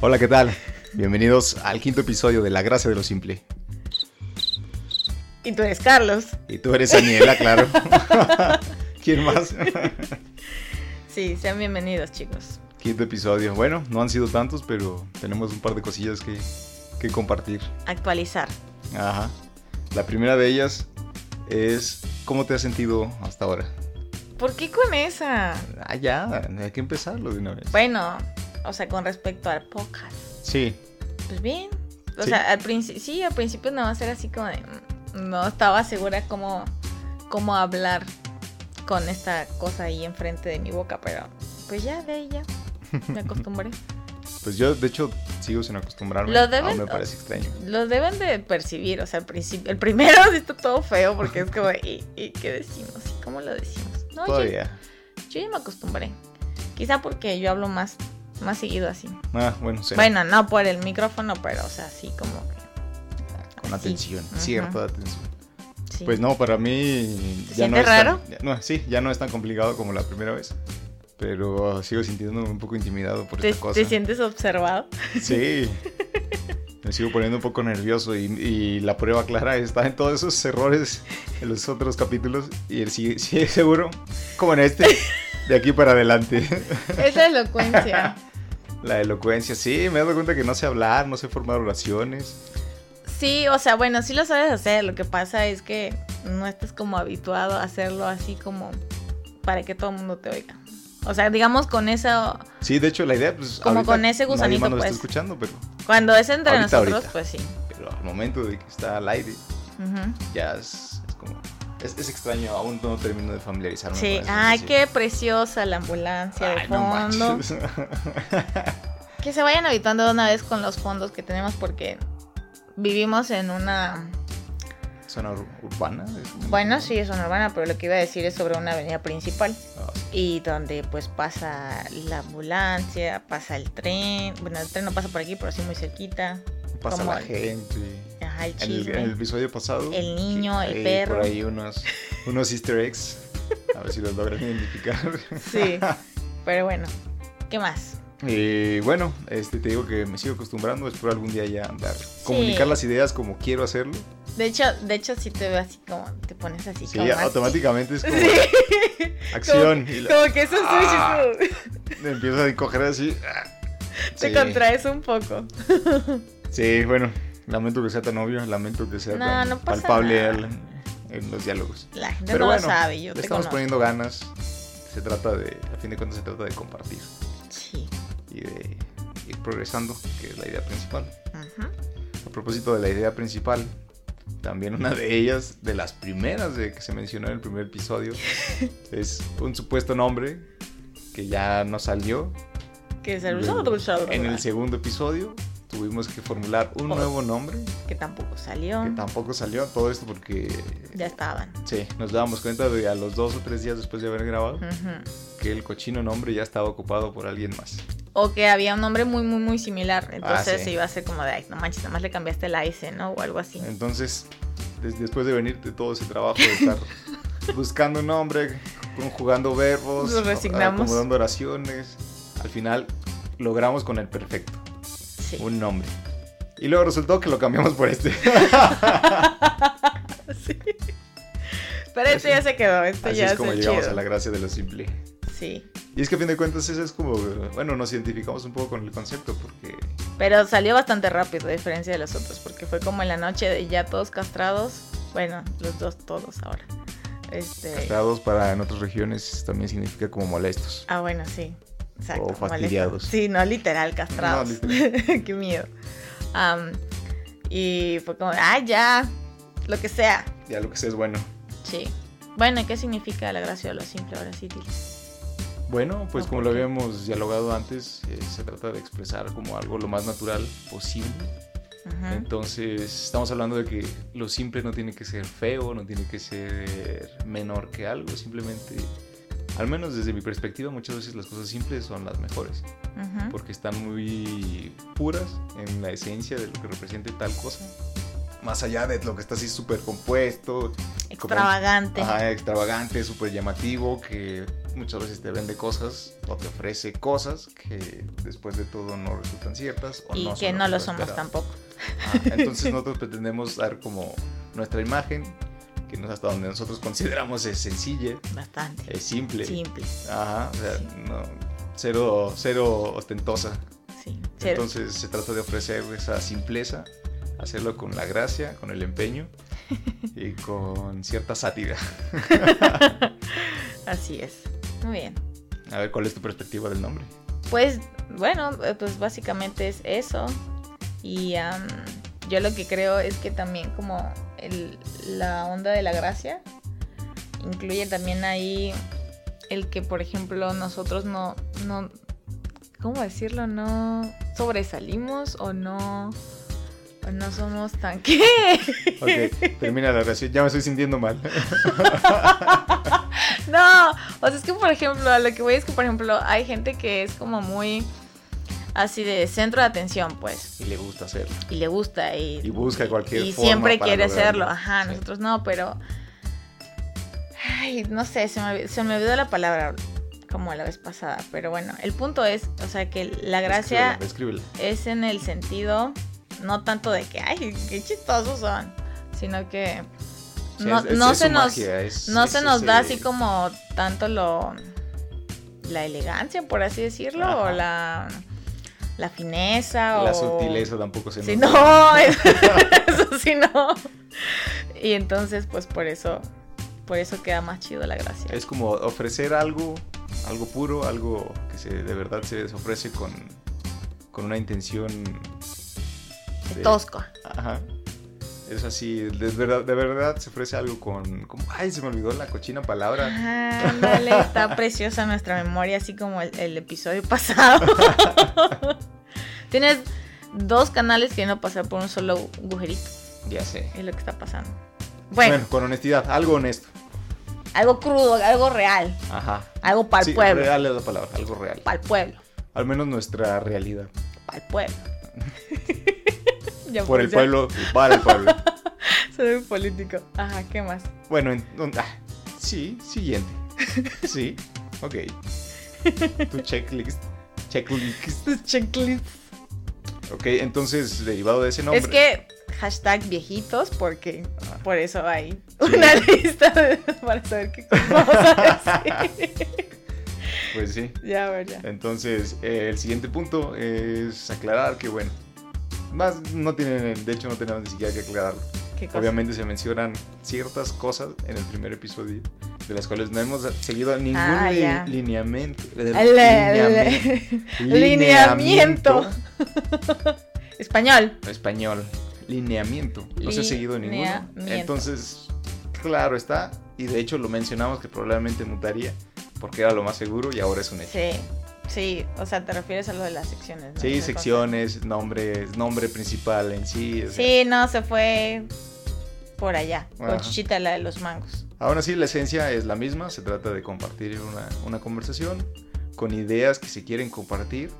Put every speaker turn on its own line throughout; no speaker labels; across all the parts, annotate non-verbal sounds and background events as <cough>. Hola, ¿qué tal? Bienvenidos al quinto episodio de La Gracia de lo Simple.
Y tú eres Carlos.
Y tú eres Daniela, claro. ¿Quién más?
Sí, sean bienvenidos, chicos.
quinto episodio. Bueno, no han sido tantos, pero tenemos un par de cosillas que, que compartir.
Actualizar.
Ajá. La primera de ellas es ¿cómo te has sentido hasta ahora?
¿Por qué con esa?
Ah, ya, hay que empezarlo de una vez.
Bueno, o sea, con respecto al podcast.
Sí,
Pues bien. O
Sí.
sea, al principio, sí, al principio no va a ser así como de. mm, No estaba segura cómo, cómo hablar con esta cosa ahí enfrente de mi boca, pero pues ya de <laughs> ella. Me acostumbré.
pues yo de hecho sigo sin acostumbrarme.
Lo deben-
Aún me parece extraño.
Lo deben de percibir, o sea, al principio. El primero <laughs> sí está todo feo porque es como, ¿y, y qué decimos? ¿Y cómo lo decimos? No, yo-
Todavía.
Yo ya me acostumbré. Quizá porque yo hablo más, más seguido así.
Ah, bueno, sí.
Bueno, no por el micrófono, pero o sea, así como que.
Con
así.
atención,
Ajá,
cierta atención.
sí.
Pues no, para mí
¿Te
ya no
sientes
es tan-
raro?
ya- no, sí, ya no es tan complicado como la primera vez. Pero ah, sigo sintiéndome un poco intimidado por
¿Te,
esta cosa.
te sientes observado?
<laughs> Sí. Me sigo poniendo un poco nervioso y, y la prueba clara está en todos esos errores en los otros capítulos y el sí, sí, seguro, como en este, de aquí para adelante. <laughs>
Esa elocuencia.
La elocuencia, sí, me he dado cuenta que no sé hablar, no sé formar oraciones.
Sí, o sea, bueno, sí lo sabes hacer. Lo que pasa es que no estás como habituado a hacerlo así como para que todo el mundo te oiga. O sea, digamos con eso,
Sí, de hecho la idea, pues...
Como
ahorita
con ese
Nadie más
gusanito,
nos
pues.
está escuchando, pero,
cuando es entre
Ahorita,
nosotros,
ahorita.
pues sí.
pero al momento de que está al aire,
Ujú.
ya es, es como... Es, es extraño, aún no termino de familiarizarme. con
Sí,
esa
ay,
sensación.
qué preciosa la ambulancia de
Ay, no
fondo.
manches. <laughs>
que se vayan habituando de una vez con los fondos que tenemos porque vivimos en una...
Zona ur- urbana. es-
Bueno, sí, es una urbana, pero lo que iba a decir es sobre una avenida principal
Ah,
y donde pues pasa la ambulancia, pasa el tren. Bueno, el tren no pasa por aquí, pero sí muy cerquita.
pasa
Como
la
el-
gente.
Ajá, el
En el,
chisme.
en el episodio pasado.
El niño, el
hay
perro.
Por ahí unos, unos easter eggs. A ver si los logran identificar. <laughs>
Sí, pero bueno, ¿qué más?
Y bueno, este, te digo que me sigo acostumbrando. Espero algún día ya andar. Comunicar las ideas como quiero hacerlo.
De hecho, de hecho sí te veo así como, te pones así
Sí,
como más-
automáticamente es como
<laughs> Sí.
acción. y la-
Como que esos switches
Ah. <laughs>
como-
empiezo a encoger así. ah,
te
Sí.
contraes un poco.
Sí, bueno, lamento que sea tan obvio. Lamento que sea
No,
tan
no pasa
palpable
nada.
al- en los diálogos.
La gente
Pero
no
bueno,
lo sabe,
Le
yo te
estamos
conozco.
poniendo ganas. Se trata de, a fin de cuentas, se trata de compartir
Sí.
y de ir progresando, que es la idea principal.
Ajá.
A propósito de la idea principal, también una de ellas, de las primeras de que se mencionó en el primer
<laughs>
episodio, es un supuesto nombre que ya no salió.
Que es el
En el segundo episodio tuvimos que formular un
Oh.
nuevo nombre
que tampoco salió.
que tampoco salió. Todo esto porque
Ya estaban.
sí, nos dábamos cuenta de a los dos o tres días después de haber grabado.
Ujú.
que el cochino nombre ya estaba ocupado por alguien más.
O que había un nombre muy, muy, muy similar. Entonces
Ah, sí.
se iba a ser como de, ay, no manches, nada más le cambiaste la S, ¿no? O algo así.
Entonces, des- después de venirte todo ese trabajo de
<laughs>
estar buscando un nombre, conjugando verbos,
Nos resignamos.
acomodando oraciones, al final logramos con el perfecto,
Sí.
un nombre. Y luego resultó que lo cambiamos por este.
<laughs> Sí. Pero esto ya se quedó. Esto
Así
ya
es como
es
llegamos
chido.
a la gracia de lo simple.
Sí.
Y es que a fin de cuentas eso es como, bueno, nos identificamos un poco con el concepto porque
Pero salió bastante rápido, a diferencia de los otros. Porque fue como en la noche de ya todos castrados. Bueno, los dos, todos ahora. Este.
castrados para en otras regiones también significa como molestos.
Ah, bueno, sí. Exacto.
O
molesta.
fastidiados.
Sí, no literal, castrados.
No,
<laughs> Qué miedo. Am, y fue como, ah, ya, lo que sea.
Ya lo que sea es bueno.
Sí. Bueno, ¿y ¿qué significa la gracia de lo simple? Ahora sí, diles.
Bueno, pues
Ah,
como
¿por
lo
qué?
habíamos dialogado antes, eh, se trata de expresar como algo lo más natural posible.
Ajá.
Entonces, estamos hablando de que lo simple no tiene que ser feo, no tiene que ser menor que algo, simplemente, al menos desde mi perspectiva, muchas veces las cosas simples son las mejores,
Ujú.
porque están muy puras en la esencia de lo que represente tal cosa. Más allá de lo que está así súper compuesto,
Extravagante.
Ajá, extravagante, súper llamativo, que muchas veces te vende cosas o te ofrece cosas que después de todo no resultan ciertas. O
y
no
que
son
no
que
lo
tú
somos
esperabas.
tampoco.
Ah,
<laughs>
entonces nosotros pretendemos dar como nuestra imagen, que no es hasta donde nosotros consideramos es sencilla,
Bastante.
es simple.
Simple.
Ajá, o sea,
Sí.
no, cero, cero ostentosa.
Sí. Cero.
Entonces se trata de ofrecer esa simpleza, hacerlo con la gracia, con el
<laughs>
empeño y con cierta sátira.
Así es. Muy bien.
A ver, ¿cuál es tu perspectiva del nombre?
Pues bueno, eh, pues básicamente es eso. Y am, yo lo que creo es que también como el- la onda de la gracia incluye también ahí el que, por ejemplo, nosotros no, no, ¿cómo decirlo? No sobresalimos o no, o no somos tan <laughs> qué. <laughs>
Ok, termina la gracia, ya me estoy sintiendo mal.
No, o sea, es que por ejemplo, a lo que voy es que por ejemplo hay gente que es como muy así de centro de atención, pues,
Y le gusta hacerlo.
y le gusta y,
Y busca cualquier
y
forma
siempre
para
quiere
lograrlo.
hacerlo. Ajá,
Sí.
nosotros no, pero ay, no sé, se me, se me olvidó la palabra como la vez pasada, pero bueno, el punto es, o sea, que la gracia
Escríbela,
es en el sentido no tanto de que ay, qué chistosos son, sino que
escríbela. O
no,
sea, es-
no
es
se
su
nos
magia, es-
no
es
se nos da
ese-
así como tanto lo la elegancia por así decirlo
Ajá.
o la la fineza
La
o
sutileza tampoco se nos
sí,
da.
no es- <laughs> eso sí no y entonces pues por eso por eso queda más chido la
<laughs>
gracia
Es como ofrecer algo, algo puro, algo que se, de verdad se, se ofrece con, con una intención. de-
tosco
Ajá. Es así, de verdad, de verdad se ofrece algo con, como- Ay, se me olvidó la cochina palabra.
Ajá, ándale,
<laughs>
está preciosa nuestra memoria así como el, el
<laughs>
episodio pasado tienes dos canales queriendo pasar por un solo agujerito
Ya sé.
es lo que está pasando
Bueno.
bueno
con honestidad, algo honesto.
Algo crudo, algo real.
Ajá.
Algo para el
Sí,
pueblo.
real es la palabra, algo real.
Para el pueblo.
Al menos nuestra realidad.
Para el pueblo.
<laughs>
Ya
Por el
parecía-
pueblo, y para el
<laughs>
pueblo.
Soy muy político. Ajá, ¿qué más? <laughs>
Bueno, en- un- ah, sí, siguiente. Sí, ok. Tu checklist. Checklist.
Tus checklists.
Ok, entonces, derivado de ese nombre.
Es que hashtag viejitos porque
Ah.
por eso hay
Sí.
una <laughs> lista de- para saber qué cosas vamos a decir.
Pues sí.
<laughs> ya, a ver, ya.
Entonces, eh, el siguiente punto es aclarar que, bueno, más no tienen, de hecho, no tenemos ni siquiera que aclararlo.
¿Qué cosa?
Obviamente se mencionan ciertas cosas en el primer episodio, de las cuales no hemos seguido ningún
Ah,
li-
ya.
lineamiento.
El-
lineamiento-
el- lineamiento. Español.
español. Lineamiento. No se ha seguido ninguno.
Lineamiento.
Entonces, claro está. Y de hecho lo mencionamos que probablemente mutaría porque era lo más seguro y ahora es un hecho.
Sí. Sí, o sea, te refieres a lo de las secciones. ¿no?
Sí,
Del
secciones, nombres, nombre principal en sí. o sea,
Sí, no, se fue por allá.
Ajá.
Con Chichita, la de los mangos.
Aún así, la esencia es la misma. Se trata de compartir una, una conversación con ideas que se quieren compartir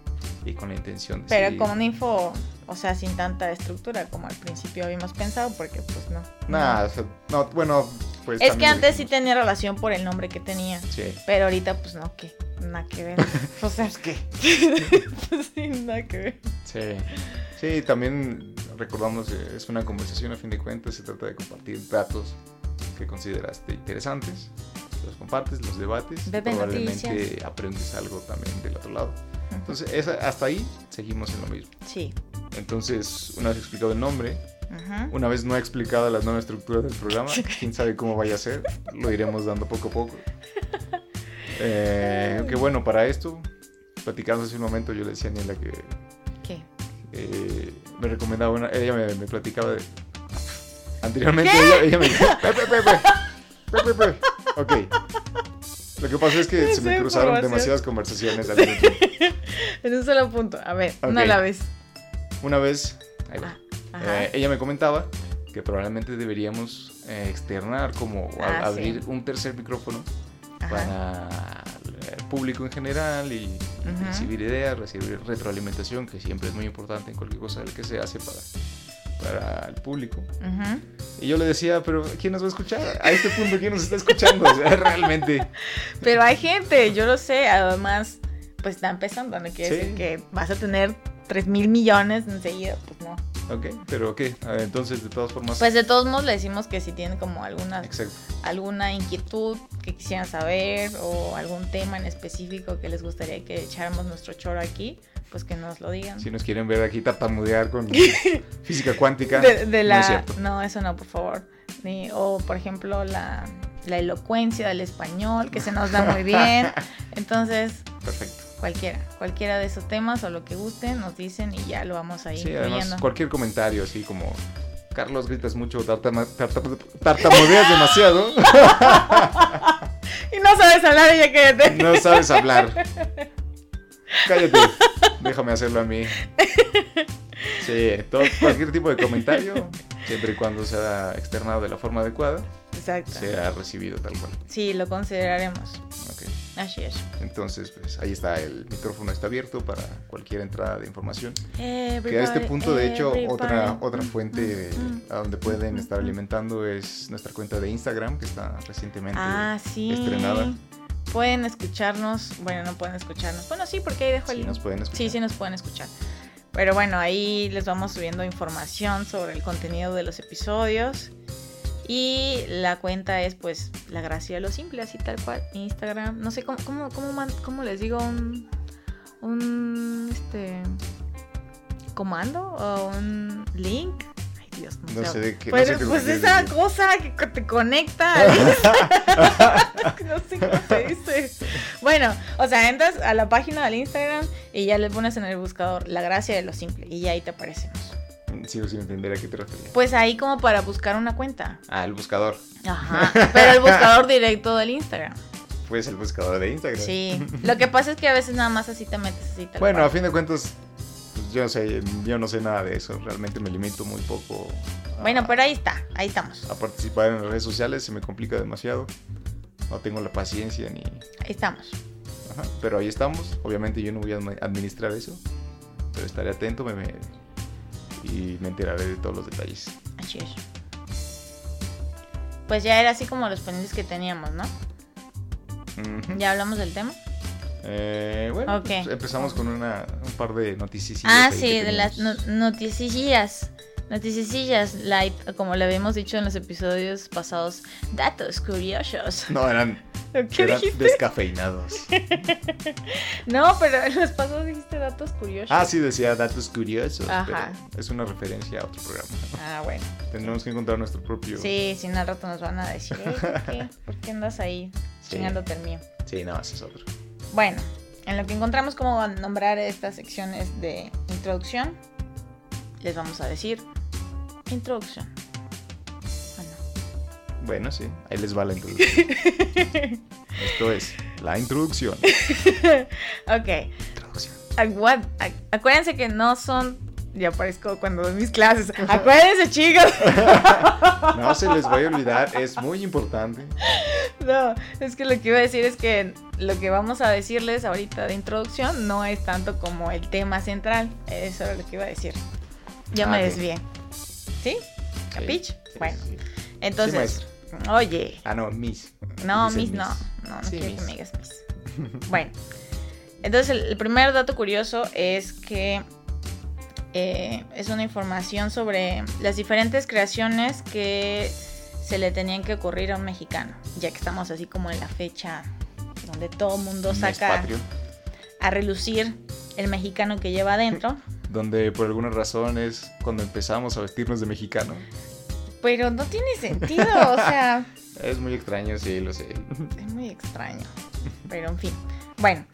y con la intención de
Pero
seguir.
con una info, o sea, sin tanta estructura como al principio habíamos pensado, porque pues no.
Nah,
No.
o sea, no, bueno, pues.
Es que
también lo
antes sí
dijimos.
tenía relación por el nombre que tenía,
Sí.
pero ahorita pues no, que nada
<laughs>
que ver. O sea, ¿qué? <laughs> pues sí, nada que ver.
Sí. Sí, también recordamos, eh, es una conversación a fin de cuentas, se trata de compartir datos que consideraste interesantes, los compartes, los debates,
Bebe
probablemente
noticias.
aprendes algo también del otro lado.
Ujú.
Entonces, esa- hasta ahí seguimos en lo mismo.
Sí.
Entonces, una vez explicado el nombre,
Ajá.
una vez no explicada la nueva estructura del programa, quién sabe cómo vaya a ser, lo iremos dando poco a poco. Eh, que bueno, para esto, platicamos hace un momento, yo le decía a Daniela que <laughs>
¿Qué?
eh, me recomendaba una, ella me, me platicaba de- anteriormente ella, ella me dijo "Pepe, Pepe, Pepe, Pepe". ok lo que pasa es que se me
Esa
cruzaron
información.
demasiadas conversaciones al mismo tiempo.
En un solo punto. A ver, una a
Ok.
la vez.
una vez ahí va.
Ah, Ajá.
Eh, ella me comentaba que probablemente deberíamos eh, externar como a-
Ah, sí.
abrir un tercer micrófono
Ajá.
para el público en general y
Ujú.
recibir ideas, recibir retroalimentación, que siempre es muy importante en cualquier cosa del que se hace para, para el público.
Ujú.
Y yo le decía, pero ¿quién nos va a escuchar? A este punto, ¿quién nos está escuchando? <laughs> O sea, realmente.
Pero hay gente, yo lo sé. Además, pues está empezando. No quiere
Sí.
decir que vas a tener 3 mil millones enseguida. Pues no.
Ok, pero ok. A ver, entonces, de todas formas.
Pues de todos modos le decimos que si tienen como alguna,
exacto.
alguna inquietud que quisieran saber o algún tema en específico que les gustaría que echáramos nuestro choro aquí, pues que nos lo digan.
Si nos quieren ver aquí tartamudear
<laughs>
con física cuántica.
de, de
No es
la
cierto.
no, eso no por favor Ni- o por ejemplo la, la elocuencia del español que se nos da
<laughs>
muy bien entonces
Perfecto.
cualquiera cualquiera de esos temas o lo que gusten nos dicen y ya lo vamos a ir
Sí, además,
incluyendo.
cualquier comentario así como. Carlos, gritas mucho, tartama- tartam- tartamudeas demasiado,
y no sabes hablar ya que
no sabes hablar. Cállate, déjame hacerlo a mí. Sí, todo- cualquier tipo de comentario, siempre y cuando sea externado de la forma adecuada,
exacto
sea recibido tal cual.
sí lo consideraremos
Ok.
así es
Entonces, pues ahí está, el micrófono está abierto para cualquier entrada de información. Que a
Everybody,
este punto, de hecho, otra,
everybody.
otra
Mm,
fuente de-
mm, mm.
a donde pueden estar alimentando es nuestra cuenta de Instagram, que está recientemente
Ah, sí.
estrenada.
Pueden escucharnos. Bueno, no pueden escucharnos. Bueno, sí, porque ahí dejo el
Sí, nos pueden escuchar.
Sí, sí nos pueden escuchar. Pero bueno, ahí les vamos subiendo información sobre el contenido de los episodios. Y la cuenta es pues la gracia de lo simple, así tal cual. Instagram, no sé cómo, cómo, cómo, man- cómo les digo un, un este comando o un link. Ay Dios, no,
No sé de qué- no sé
Pero,
qué-
pues
de-
esa
de-
cosa que co-
<laughs>
te conecta al Instagram. <laughs> no sé cómo se dice. Bueno, o sea, entras a la página del Instagram y ya le pones en el buscador la gracia de lo simple y ya ahí te aparecemos.
Sigo sin entender a qué te referías.
Pues ahí como para buscar una cuenta.
Ah, el buscador. <laughs>
Ajá. Pero el buscador directo del Instagram.
Pues el buscador de Instagram.
Sí. Lo que pasa es que a veces nada más así te metes así tal
Bueno, a
cual.
fin de cuentas, pues, yo, no sé, yo no sé nada de eso. Realmente me limito muy poco a,
Bueno, pero ahí está, ahí estamos.
a participar en las redes sociales. Se me complica demasiado. No tengo la paciencia ni...
Ahí estamos.
Ajá, Pero ahí estamos. Obviamente yo no voy a admi- administrar eso. Pero estaré atento me, me- y me enteraré de todos los detalles.
Así es. Pues ya era así como los pendientes que teníamos, ¿no?
Ujú.
Ya hablamos del tema.
Eh, bueno,
Ok.
pues, empezamos con una, un par de noticias.
ah, sí, de las no- noticicillas. Noticicillas light, como le habíamos dicho en los episodios pasados. Datos curiosos.
<laughs> No, eran,
¿Qué
eran
dijiste? <laughs>
descafeinados.
No, pero en los pasados dijiste datos curiosos.
Ah, sí, decía datos curiosos.
Ajá.
pero es una referencia a otro programa.
Ah, bueno.
Tendremos que encontrar nuestro propio.
Sí, si no al rato nos van a decir, "Ey, ¿por qué? ¿Por qué andas ahí
Sí.
chingándote el mío?
Sí, no, ese es otro.
Bueno, en lo que encontramos cómo nombrar estas secciones de introducción, les vamos a decir introducción. Ah, Bueno,
Bueno, sí, ahí les va la introducción.
<laughs>
Esto es la introducción.
ok.
Introducción.
Acu- ac- Acuérdense que no son. Ya aparezco cuando doy
<laughs>
mis clases. Acuérdense, chicos. <laughs>
No se les vaya a olvidar, es muy importante.
No, es que lo que iba a decir es que lo que vamos a decirles ahorita de introducción no es tanto como el tema central. Eso era lo que iba a decir. Ya
Ah,
me
ok.
desvié. ¿Sí? ¿Capich?
Sí,
Bueno,
sí.
entonces.
Sí,
oye.
Ah, no, Miss.
No,
Dicen
Miss, no. No, no
Sí,
quiero que
Miss.
me digas Miss.
<laughs>
Bueno. Entonces, el, el primer dato curioso es que eh, es una información sobre las diferentes creaciones que se le tenían que ocurrir a un mexicano, ya que estamos así como en la fecha donde todo mundo
Mes
saca
patrio,
a relucir el mexicano que lleva adentro.
donde por alguna razón es cuando empezamos a vestirnos de mexicano.
Pero no tiene sentido,
<laughs>
o sea,
Es muy extraño, sí, lo sé.
Es muy extraño. Pero en fin. Bueno,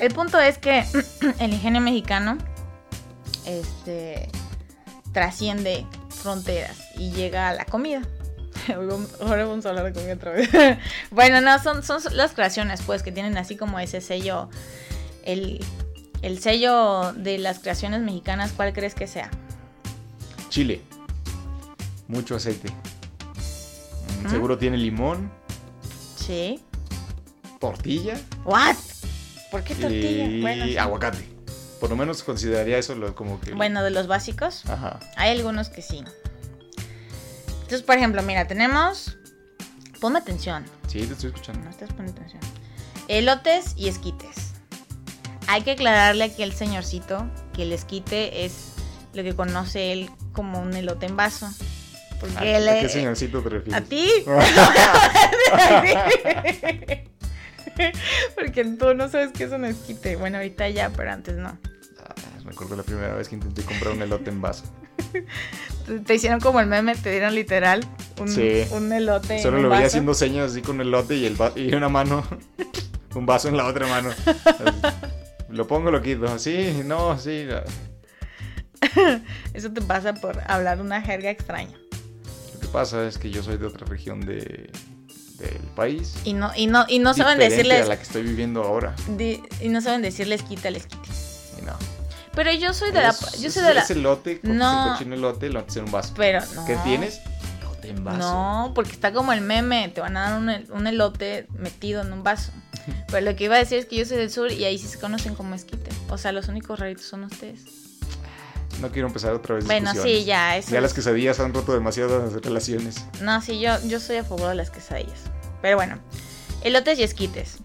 el punto es que <clears throat> el ingenio mexicano este, trasciende fronteras y llega a la comida. <laughs> Hoy vamos- Ahora vamos a hablar de comida otra vez. <laughs> bueno, no, son, son las creaciones, pues, que tienen así como ese sello. El, el sello de las creaciones mexicanas, ¿cuál crees que sea?
Chile. Mucho aceite. Mm,
¿Mm?
Seguro tiene limón,
Sí.
tortilla,
¿What? ¿Por qué tortilla?
y
Bueno, sí.
aguacate. Por lo menos consideraría eso lo- como que...
bueno, de los básicos.
Ajá.
Hay algunos que sí. Entonces, por ejemplo, mira, tenemos. Ponme atención.
Sí, te estoy escuchando.
No estás poniendo atención. Elotes y esquites. Hay que aclararle aquí al señorcito que el esquite es lo que conoce él como un elote en vaso. Porque
¿A,
él
a qué
es-
señorcito te refieres?
¿A ti? <laughs> Porque tú no sabes qué es un esquite. Bueno, ahorita ya, pero antes no.
Ah, Recuerdo la primera vez que intenté comprar un elote en vaso.
Te, te hicieron como el meme, te dieron literal un,
Sí.
un elote. Este, en
Solo
un
lo veía
vaso.
haciendo señas así con el elote y, el va- y una mano, <laughs> un vaso en la otra mano. Así, Lo pongo, lo quito. Sí, no, sí. no.
Eso te pasa por hablar una jerga extraña.
Lo que pasa es que yo soy de otra región de, del país.
Y no, y no, y no saben
diferente
decirles.
a la que estoy viviendo ahora.
di- y no saben decirles quita, les quita.
Y no.
Pero yo soy de la.
Es-
Yo soy de la.
Es elote, con
No.
no. cochino elote, lo haces en un vaso.
Pero no.
¿Qué tienes? Elote en vaso.
No, porque está como el meme, te van a dar un, el- un elote metido en
<laughs>
un vaso. Pero lo que iba a decir es que yo soy del sur y ahí sí se conocen como esquite. O sea, los únicos raritos son ustedes.
No quiero empezar otra vez
Bueno, sí,
discusiones.
ya, eso.
Ya
es-
las quesadillas han roto demasiadas relaciones.
No, sí, yo, yo soy a favor de las quesadillas. Pero bueno, elotes y esquites.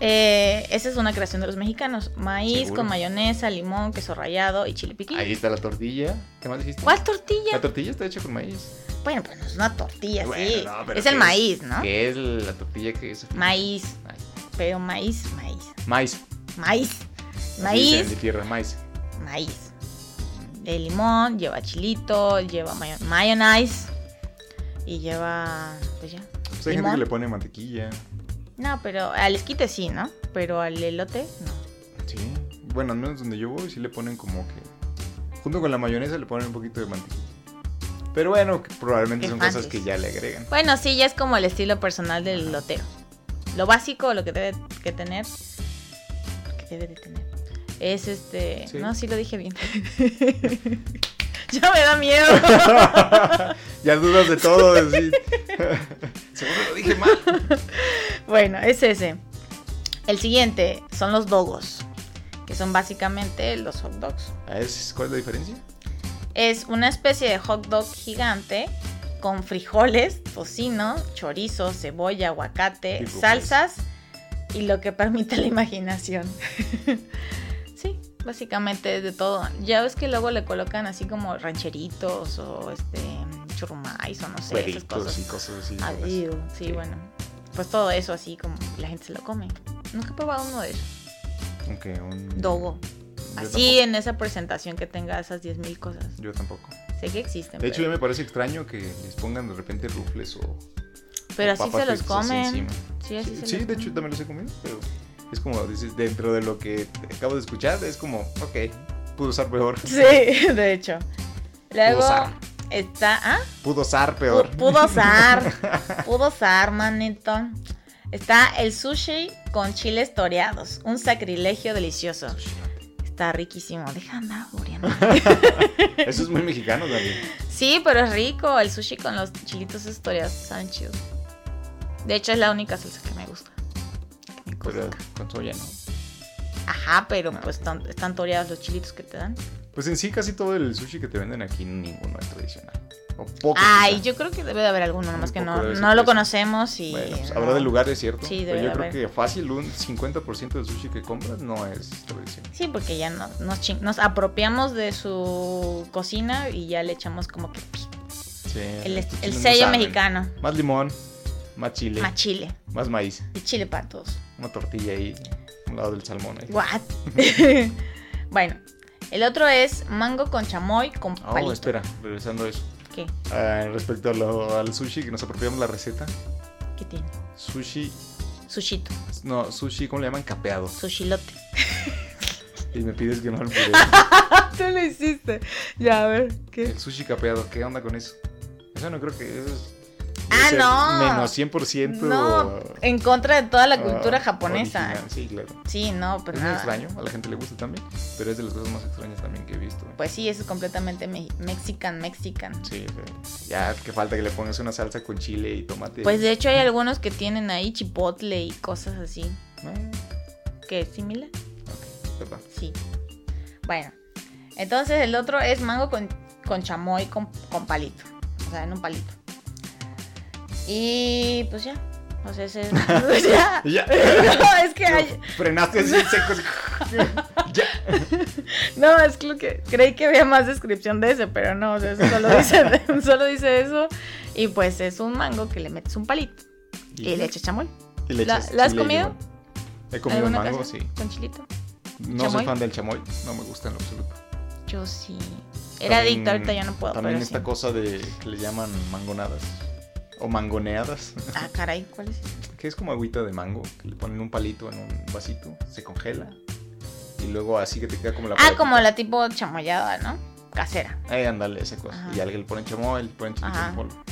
Eh, esa es una creación de los mexicanos. Maíz
Seguro.
con mayonesa, limón, queso rallado y chile piquín.
Ahí está la tortilla. ¿Qué más dijiste?
¿Cuál tortilla?
La tortilla está hecha con maíz.
Bueno, pues no es una tortilla,
Bueno,
sí.
no, pero
es el
¿qué
maíz, ¿no?
Que es la tortilla que es.
Maíz,
Ay,
pero maíz, maíz,
Maíz.
maíz,
Así dicen De
maíz,
tierra, maíz.
maíz. De limón, lleva chilito, lleva mayo- mayonnaise y lleva, pues ya.
Pues hay gente
Limón.
que le pone mantequilla.
No, pero al esquite sí, ¿no? Pero al elote, no.
Sí. Bueno, al menos donde yo voy, sí le ponen como que. Junto con la mayonesa le ponen un poquito de mantequilla. Pero bueno, que probablemente
Qué
son
fancies.
cosas que ya le agregan. <laughs>
Bueno, sí, ya es como el estilo personal del lotero. Lo básico, lo que debe que tener, que debe de tener, es este...
Sí.
No, sí lo dije bien. <laughs> ya me da miedo.
ya dudas de todo. así. <laughs> Seguro lo dije mal.
bueno, es ese. El siguiente son los dogos, que son básicamente los hot dogs.
Ah, ¿es- ¿Cuál es la diferencia?
Es una especie de hot dog gigante con frijoles, tocino, chorizo, cebolla, aguacate,
Tipo, pues.
salsas y lo que permite la imaginación. <laughs> sí, básicamente es de todo. Ya ves que luego le colocan así como rancheritos o este churrumais o no sé, esas
Cueritos
cosas.
y cosas así.
Ah,
raras.
ew, sí, bueno. Pues todo eso así como la gente se lo come. Nunca he probado uno de esos.
Aunque un.
Dogo.
Yo
Así en esa presentación que tenga esas 10.000 cosas.
tampoco- Yo tampoco.
Sé que existen.
De hecho,
pero-
ya me parece extraño que les pongan de repente rufles o.
Pero
o
así
papas
se los
fritas así
comen.
encima.
Sí, así
Sí,
se
sí,
los
de hecho
comen.
también los he comido, pero es como dices, dentro de lo que acabo de escuchar, es como, ok, pudo usar
<laughs>
peor.
Sí, de hecho. Luego
Pudo zar.
está. ¿Ah?
Pudo usar peor.
Pu- Pudo
<laughs>
zar. Pudo zar, manito. Está el sushi con chiles toreados. Un sacrilegio delicioso. Está riquísimo. Deja andar,
<laughs>
Oriana.
Eso es muy mexicano
<laughs>
también.
Sí, pero es rico. El sushi con los chilitos esos toreados. Saben chido. De hecho, es la única salsa que me gusta. Que me
Pero
gusta.
con soya, ¿no?
Ajá, pero
Ah,
pues
ok.
están, están toreados los chilitos que te dan.
Pues en sí, casi todo el sushi que te venden aquí, ninguno es tradicional. O poco.
Ay,
quizá.
yo creo que debe de haber alguno, nomás que no,
poco debe ser
no lo
eso. pues.
conocemos y.
Bueno, pues
no.
habrá de lugares, ¿cierto?
Sí, debe
Pero yo
de
creo
haber.
que fácil un 50% del sushi que compras no es tradicional.
Sí, porque ya nos, nos, chin- nos apropiamos de su cocina y ya le echamos como que pi,
Sí,
el,
Eh, estos
el
chiles no
sello
saben.
mexicano.
Más limón, más chile,
Más chile.
más maíz,
Y chile
<laughs>
para todos.
una tortilla ahí, a un lado del salmón. ahí. <laughs>
What? <laughs> bueno, el otro es mango con chamoy con
Oh,
palito.
espera, regresando a eso.
¿Qué?
Ah, respecto a lo- al sushi, que nos apropiamos la receta.
¿Qué tiene?
Sushi,
Sushito,
no, sushi, ¿cómo le llaman? Capeado. <laughs>
sushilote.
Y me pides que no lo
<laughs>
puré.
Ah, Tú lo hiciste. Ya, a ver, ¿qué?
El sushi capeado, ¿qué onda con eso? Eso no creo que eso es.
Ah,
debe ser
no.
Menos 100%.
No, en contra de toda la cultura
ah,
japonesa.
original, Sí, claro.
Sí, no, pero
es muy
nada.
extraño, a la gente le gusta también, pero es de las cosas más extrañas también que he visto.
Pues sí, eso es completamente me- mexican, mexican.
Sí, o sea, ya que falta que le pongas una salsa con chile y tomate.
Pues de hecho hay algunos que tienen ahí chipotle y cosas así.
Eh,
¿Qué es similar?
ok, perdón.
Sí. Bueno, entonces el otro es mango con, con chamoy con, con palito. O sea, en un palito. Y pues ya. O
<laughs>
sea, ese- pues <laughs> ya.
Ya.
<laughs> No, es que
Lo
hay-
Frenaste así en seco. así. ya.
No, es lo que creí que había más descripción de ese, pero no, o sea, eso solo dice, <laughs> solo dice eso. Y pues es un mango que le metes un palito <laughs> y le echas chamoy.
y le
¿La-
echas-
la has
y le
comido?
llevo. He comido
¿Alguna
mango,
ocasión?
sí.
Con chilito.
No soy
¿Chamoy?
fan del chamoy, no me gusta en lo absoluto.
Yo sí.
También-
Era adicta, ahorita ya no puedo,
También
pero sí.
esta cosa de que le llaman mangonadas o mangoneadas, <laughs>
Ah, caray, ¿cuál es?
que es como agüita de mango, que le ponen un palito en un vasito, se congela y luego así que te queda como la
Ah,
pelotita.
como la tipo chamoyada, ¿no? Casera.
Eh, ándale, esa cosa.
Ajá.
Y al que le ponen chamoy, le ponen chilito
Ajá.
en polvo.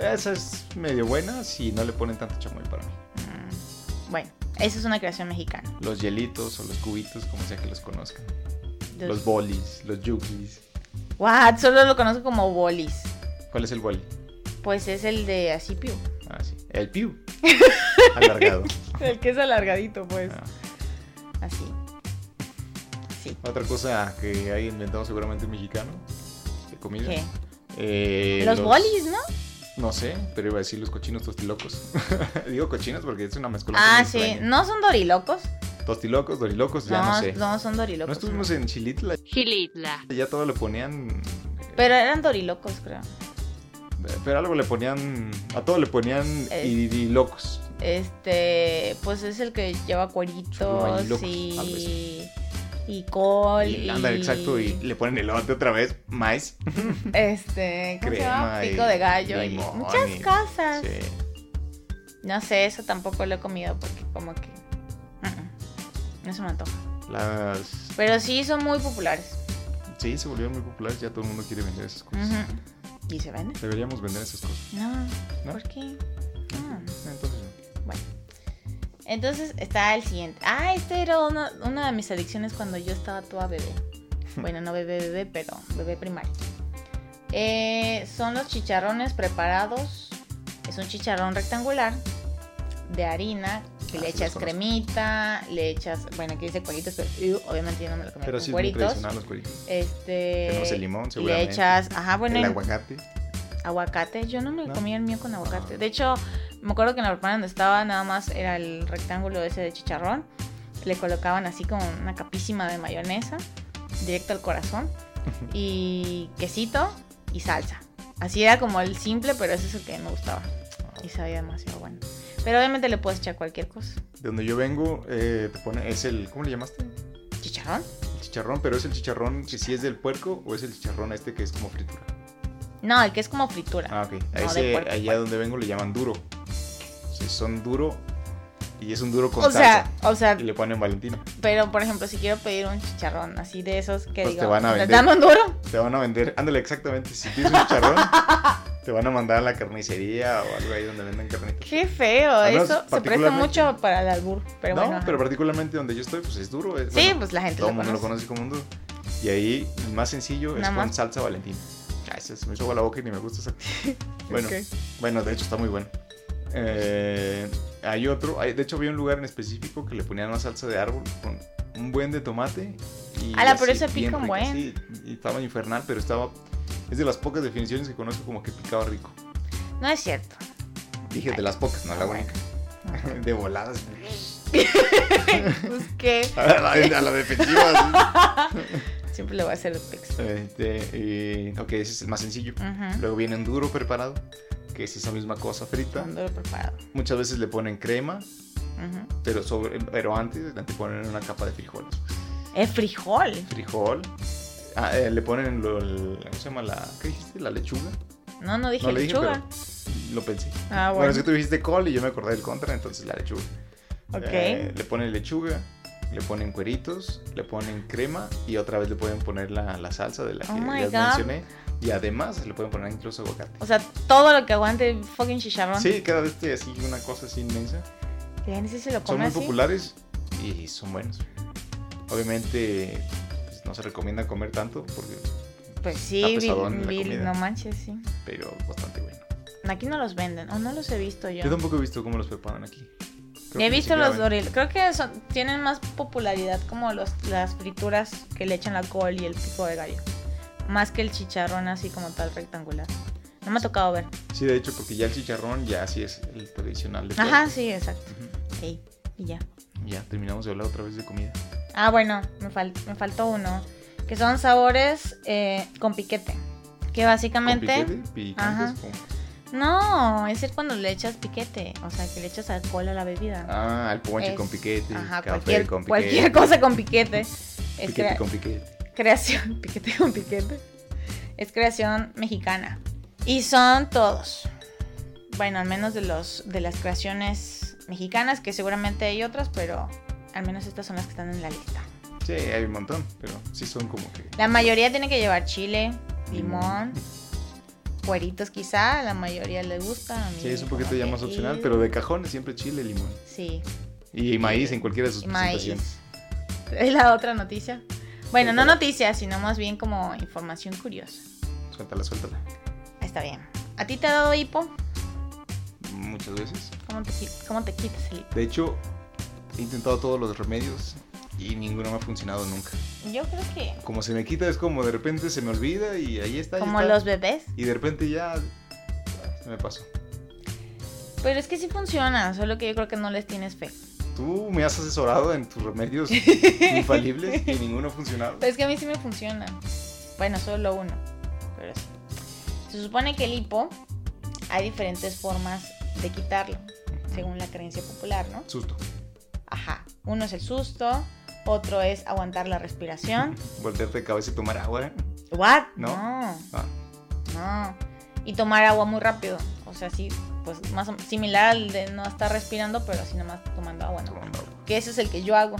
Esa es medio buena si no le ponen tanto chamoy para mí.
Mm, Bueno, esa es una creación mexicana.
Los hielitos o los cubitos, como sea que los conozcan.
Los-
Los bolis, los yukis.
What? Solo lo conozco como bolis.
¿Cuál es el boli?
Pues es el de
<laughs>
así, piu.
Ah, sí. El
<laughs>
piu. Alargado.
El que es alargadito, pues.
Ah.
Así. Sí.
Otra cosa que hay inventado seguramente un mexicano de comida.
¿Qué?
Eh,
Los bolis, ¿no?
No sé, pero iba a decir los cochinos tostilocos. <laughs> Digo cochinos porque es una mezcla.
Ah, sí. ¿No son dorilocos?
Tostilocos, dorilocos, ya
no,
no, sé. No,
no son dorilocos.
estuvimos en Chilitla,
Gilitla.
ya todo le ponían. eh,
Pero eran dorilocos, creo.
Pero algo le ponían. A todo le ponían
Eh.
irilocos.
Este, pues es el que lleva cueritos
Churro, ahí, loco, algo
y, y col.
Y, anda, exacto, y le ponen elote otra vez, maíz.
Este, ¿cómo se llama?
crema y
Pico de gallo y
limón
muchas
y-
cosas.
Sí.
No sé, eso tampoco lo he comido porque como que... mm, No se me antoja.
Las.
Pero sí son muy populares.
Sí, se volvieron muy populares, ya todo el mundo quiere vender esas cosas.
Ujú. ¿Y se venden?
Deberíamos vender esas cosas.
No,
¿No?
¿por qué? Ah.
Entonces,
Bueno. Entonces está el siguiente. Ah, este era una, una de mis adicciones cuando yo estaba
<laughs>
toda bebé. Bueno, no bebé, bebé, pero bebé primario. Eh, son los chicharrones preparados. Es un chicharrón rectangular de harina que
Ah,
le
sí
echas
los conozco.
cremita, le echas, bueno, aquí dice cueritos, pero yo, obviamente yo no me lo comí
pero
con
sí es muy
cueritos.
tradicional los cueritos.
Este,
Tenemos el limón,
le
seguramente.
echas, ajá, bueno,
el
en-
aguacate.
aguacate. Yo no me
¿No?
comía el mío con aguacate. De hecho, me acuerdo que en la prepa donde estaba nada más era el rectángulo ese de chicharrón. Le colocaban así como una capísima de mayonesa, directo al corazón, y quesito y salsa. Así era como el simple, pero ese es el que me gustaba y sabía demasiado bueno. Pero obviamente le puedes echar cualquier cosa.
De donde yo vengo, eh, te pone, es el, ¿cómo le llamaste?
¿Chicharrón?
El chicharrón, pero es el chicharrón que sí es del puerco o es el chicharrón este que es como fritura.
No, el que es como fritura.
Ah, ok. A
No,
ese,
de puerco,
allá donde vengo le llaman duro. O sea, son duro y es un duro con
o sea,
salsa.
o sea,
Y le ponen Valentina.
pero por ejemplo, si quiero pedir un chicharrón así de esos que
Pues te
digo,
van a
"Dame
vender".
un duro?
Te van a vender, ándale exactamente, si tienes un chicharrón, te van a mandar a la carnicería o algo ahí donde venden carnitas.
Qué feo,
Al menos
eso se presta
particularmente.
mucho para el albur, pero
no,
bueno. ajá.
pero particularmente donde yo estoy, pues es duro. es-
sí,
bueno,
pues la gente
Todo
lo
el mundo
conoce.
lo conoce como un duro. Y ahí el más sencillo es
Nada
con
más.
salsa valentina. Ah, ese se me hizo agua la boca y ni me gusta
<laughs>
esa. Bueno,
Ok.
bueno, de hecho está muy bueno. Eh, hay otro, hay- de hecho había un lugar en específico que le ponían una salsa de árbol con un buen de tomate. Y
Ala, Ah, pero
así,
ese
bien
pica un
rica,
buen.
sí, y estaba infernal, pero estaba... Es de las pocas definiciones que conozco como que picaba rico.
No es cierto.
Dije de las pocas, no la única. <laughs> De voladas.
Pues que
A la, a la defensiva.
siempre le voy a hacer el pex.
Este, y- ok, ese es el más sencillo.
Ujú.
Luego viene un duro preparado, que es esa misma cosa frita.
Cuando lo preparado.
Muchas veces le ponen crema,
Ujú.
pero, sobre, pero antes le ponen una capa de frijoles.
Es frijol.
Frijol. ah, eh, le ponen lo, el- ¿cómo se llama la? ¿Qué dijiste? La lechuga.
No, no dije
le dije,
lechuga.
pero lo pensé.
Ah,
Bueno,
bueno.
es que tú dijiste col y yo me acordé del contra, entonces la lechuga.
Ok.
Eh, le ponen lechuga, le ponen cueritos, le ponen crema y otra vez le pueden poner la, la salsa de la que
Oh my
les
God.
mencioné. Y además le pueden poner incluso aguacate.
O sea, todo lo que aguante el fucking chicharrón.
Sí, cada vez te así una cosa así inmensa.
La gente sí se lo
Son
come
muy
así.
populares y son buenos. Obviamente pues, no se recomienda comer tanto, porque,
Pues
Está
sí,
pesadón
Bill-
la
Bill,
comida.
no manches, sí.
pero bastante bueno.
Aquí no los venden, o no los he visto yo.
Yo tampoco he visto cómo los preparan aquí. Creo que
He
ni
visto
siquiera
los
ven-
Doritos. Creo que son- tienen más popularidad como los, las frituras que le echan la col y el pico de gallo. Más que el chicharrón así como tal rectangular. No me ha tocado ver.
Sí, de hecho, porque ya el chicharrón ya sí es el tradicional de
Ajá, sí, exacto.
Puebla.
Ey, y ya.
Ujú. Ya, terminamos de hablar otra vez de comida.
Ah, bueno, me, fal- me faltó uno. Que son sabores eh, con piquete. Que
Con
básicamente.
piquete, picantes,
Ajá.
con-
No, es el cuando le echas piquete. O sea, que le echas alcohol a la bebida.
Ah, el ponche
Es-
con piquete,
Ajá,
café
cualquier,
con piquete.
cualquier cosa con piquete. Este, Es
Piquete
crea-
con piquete.
creación. <laughs> Piquete con piquete. Es creación mexicana. Y son todos. Bueno, al menos de los de las creaciones mexicanas, que seguramente hay otras, pero al menos estas son las que están en la lista.
Sí, hay un montón, pero sí son como que...
La mayoría tiene que llevar chile,
Limón.
limón, cueritos quizá, a la mayoría le gusta. a mí
Sí, es un
como
poquito ya
que,
más opcional,
"Ew".
pero de cajón es siempre chile, limón.
Sí,
Y maíz en cualquiera de sus
y maíz.
presentaciones.
Es la otra noticia. Bueno, no
Suéltala.
noticia, sino más bien como información curiosa.
Suéltala, suéltala.
Está bien. ¿A ti te ha dado hipo?
Muchas veces.
¿Cómo te, qui- cómo te quitas el hipo?
De hecho, he intentado todos los remedios y ninguno me ha funcionado nunca.
Yo creo que
Como se me quita es como de repente se me olvida y ahí está. ahí
como
está.
los bebés.
Y de repente ya ah, se me pasó.
Pero es que sí funciona, solo que yo creo que no les tienes fe.
Tú me has asesorado en tus
<laughs>
remedios infalibles y ninguno ha funcionado.
Pero es que a mí sí me funciona. Bueno, solo uno. Pero sí. Se supone que el hipo hay diferentes formas de quitarlo, según la creencia popular, ¿no?
Susto.
Ajá. Uno es el susto, otro es aguantar la respiración.
Voltearte de cabeza y tomar agua.
¿What?
No.
No,
Ah,
no. Y tomar agua muy rápido. O sea, sí, pues más o- similar al de no estar respirando, pero así nomás tomando agua, ¿no?
tomando agua.
Que ese es el que yo hago.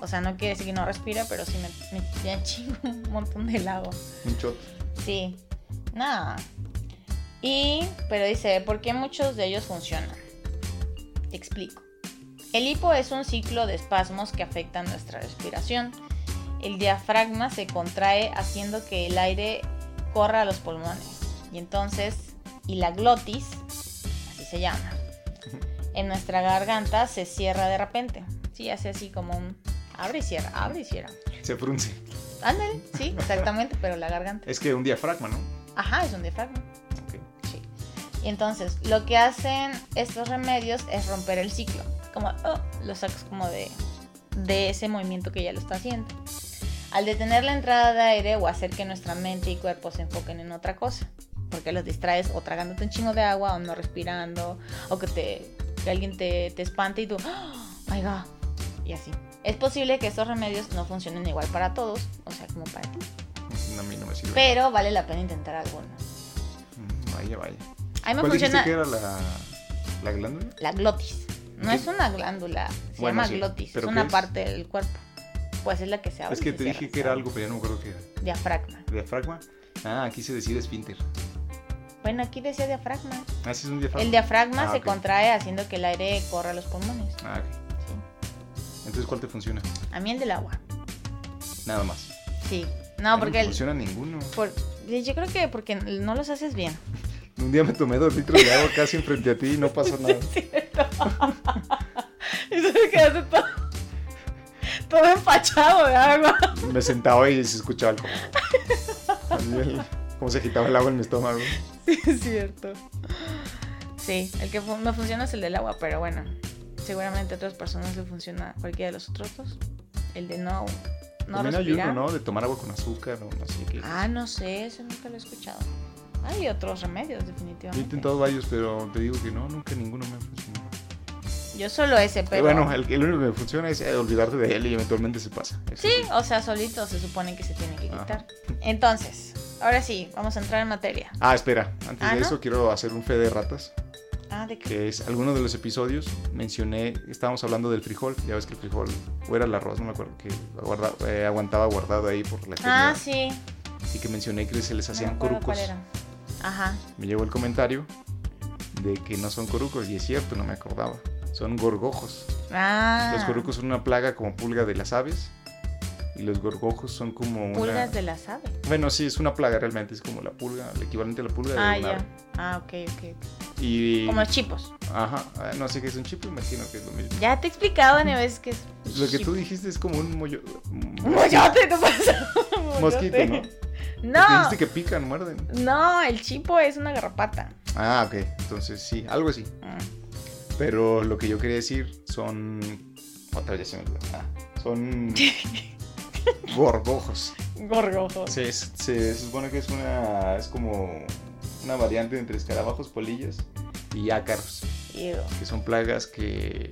O sea, no quiere decir que no respira, pero sí me, me, me chingo <laughs> un montón del agua.
Un shot.
Sí, nada. Y, pero dice, ¿por qué muchos de ellos funcionan? Te explico. El hipo es un ciclo de espasmos que afectan nuestra respiración. El diafragma se contrae haciendo que el aire corra a los pulmones. Y entonces, y la glotis, así se llama, en nuestra garganta se cierra de repente. Sí, hace así como un abre y cierra, abre y cierra.
Se frunce.
Ándale, sí, exactamente, pero la garganta.
Es que un diafragma, ¿no?
Ajá, es un diafragma.
Ok.
Sí. Y entonces, lo que hacen estos remedios es romper el ciclo. Como, oh, lo sacas como de, de ese movimiento que ya lo está haciendo. Al detener la entrada de aire o hacer que nuestra mente y cuerpo se enfoquen en otra cosa. Porque los distraes o tragándote un chingo de agua o no respirando. O que, te, que alguien te, te espante y tú, oh, my God. Y así. Es posible que estos remedios no funcionen igual para todos. O sea, como para ti.
No, a mí no me sirve.
Pero vale la pena intentar algunos.
Mm, Vaya, vaya.
A mí me
¿Cuál dijiste
funciona
que era la, la glándula?
la glotis. No
¿Qué?
es una glándula, se
Bueno,
llama
sí,
glotis, es
¿pero
una
qué es?
parte del cuerpo. Pues es la que se abre.
es
y
que
se
te
cierra,
dije
se
que era
abre.
algo, pero ya no me acuerdo qué era.
Diafragma.
¿Diafragma? Ah, aquí se decide esfínter.
Bueno, aquí decía diafragma.
Ah, sí es un diafragma.
El diafragma
Ah,
se
ok.
contrae haciendo que el aire corra a los pulmones.
Ah, ok.
Sí.
Entonces, ¿cuál te funciona?
A mí el del agua.
Nada más.
Sí.
A
No,
mí
porque
No
el-
funciona ninguno.
por- yo creo que porque no los haces
<laughs>
bien.
Un día me tomé dos litros de agua casi enfrente a ti y no pasó
<laughs>
nada.
Eso es que hace todo, todo empachado de agua.
Me sentaba y se escuchaba el como. Así el- Cómo se agitaba el agua en mi estómago.
Sí, <laughs> es cierto. Sí, el que fu- me funciona es el del agua, pero bueno, seguramente a otras personas le funciona cualquiera de los otros dos. El de no, no
También hay
respirar.
uno, ¿no? De tomar agua con azúcar o no sé qué.
Ah, no sé, eso nunca lo he escuchado. Hay otros remedios,
He
definitivamente.
intentado varios, pero te digo que no, nunca ninguno me ha funcionado.
Yo solo ese,
Pero
pero...
Eh, bueno, el, el único que me funciona es eh, olvidarte de él y eventualmente se pasa. Eso
Sí, o sea, solito se supone que se tiene que
Ajá.
quitar. Entonces, ahora sí, vamos a entrar en materia.
Ah, espera, antes
Ah,
de
¿no?
eso quiero hacer un fe de ratas,
Ah, ¿de qué?
que es alguno de los episodios mencioné, estábamos hablando del frijol, ya ves que el frijol, o era el arroz, no me acuerdo, que guarda- eh, aguantaba guardado ahí por la eternidad,
Ah, sí.
y que mencioné que se les
no me
hacían
acuerdo cuál
corucos.
era. Ajá.
Me llegó el comentario de que no son corucos, y es cierto, no me acordaba, son gorgojos.
Ah.
Los corucos son una plaga como pulga de las aves, y los gorgojos son como una...
Pulgas de las aves.
Bueno, sí, es una plaga realmente, es como la pulga, el equivalente a la pulga de
Ah,
una
ya.
ave.
Ah, ok, ok. ok.
Y...
Como los chipos.
Ajá, ah, no sé qué es un chip, imagino que es lo mismo.
Ya te he explicado una vez que es.
Pues Lo que tú
chip.
dijiste es como un mollo...
Un <laughs> moyote, te pasa. Un
Mosquito,
moyote.
¿no? Porque
No,
Dijiste que pican, muerden.
no, el chipo es una garrapata.
Ah, ok. Entonces sí, algo así.
Ah,
Pero lo que yo quería decir son. Otra vez ya se me olvidó. Ah,
<laughs>
son. Gorgojos.
Gorgojo.
Se, se supone que es una. Es como. Una variante entre escarabajos, polillas y ácaros.
Ew.
Que son plagas que.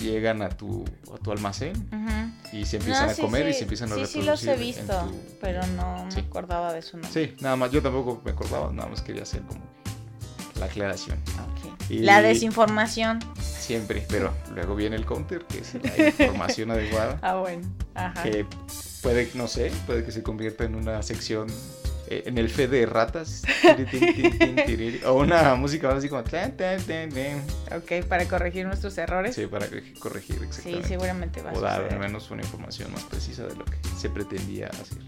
Llegan a tu, a tu almacén
Ujú.
y se empiezan
No,
a
sí,
comer y
sí.
se empiezan a
Sí, sí
reproducir.
los he
en
visto,
tu-
pero no
Sí.
me acordaba de su nombre.
Sí, nada más. Yo tampoco me acordaba, nada más quería hacer como la aclaración.
Ok.
Y-
La desinformación.
Siempre, pero luego viene el counter, que es la información <laughs> adecuada.
Ah, bueno. Ajá.
Que puede, no sé, puede que se convierta en una sección, eh, en el fe de ratas. Tiri, tin, tin, tin, tiriri. o una música así como... tan, tan, tan, tan.
Ok, para corregir nuestros errores.
Sí,
Sí,
para corre- corregir exactamente.
seguramente va a
o dar al
suceder.
menos una información más precisa de lo que se pretendía hacer.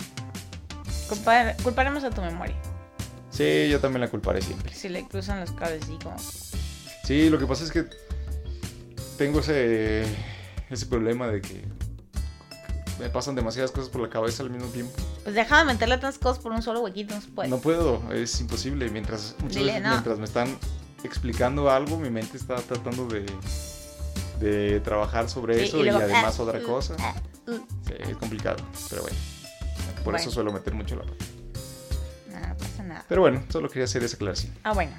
Culpar- culparemos a tu memoria.
Sí, yo también la culparé siempre.
Si le cruzan los cables, digo.
Sí, lo que pasa es que tengo ese, ese problema de que me pasan demasiadas cosas por la cabeza al mismo tiempo.
Pues déjame meterle tantas cosas por un solo huequito, pues. no se puede.
No puedo, es imposible. Mientras, muchas
Dile
veces
no.
mientras me están explicando algo, mi mente está tratando de, de trabajar sobre
Sí,
pues, eso
y
y,
luego,
además
ah,
otra
mm,
cosa.
ah, mm.
Sí, es complicado, pero bueno. Por eso
Bueno.
suelo meter mucho la pata.
No, no pasa nada.
Pero bueno, solo quería hacer esa aclaración.
Ah, bueno.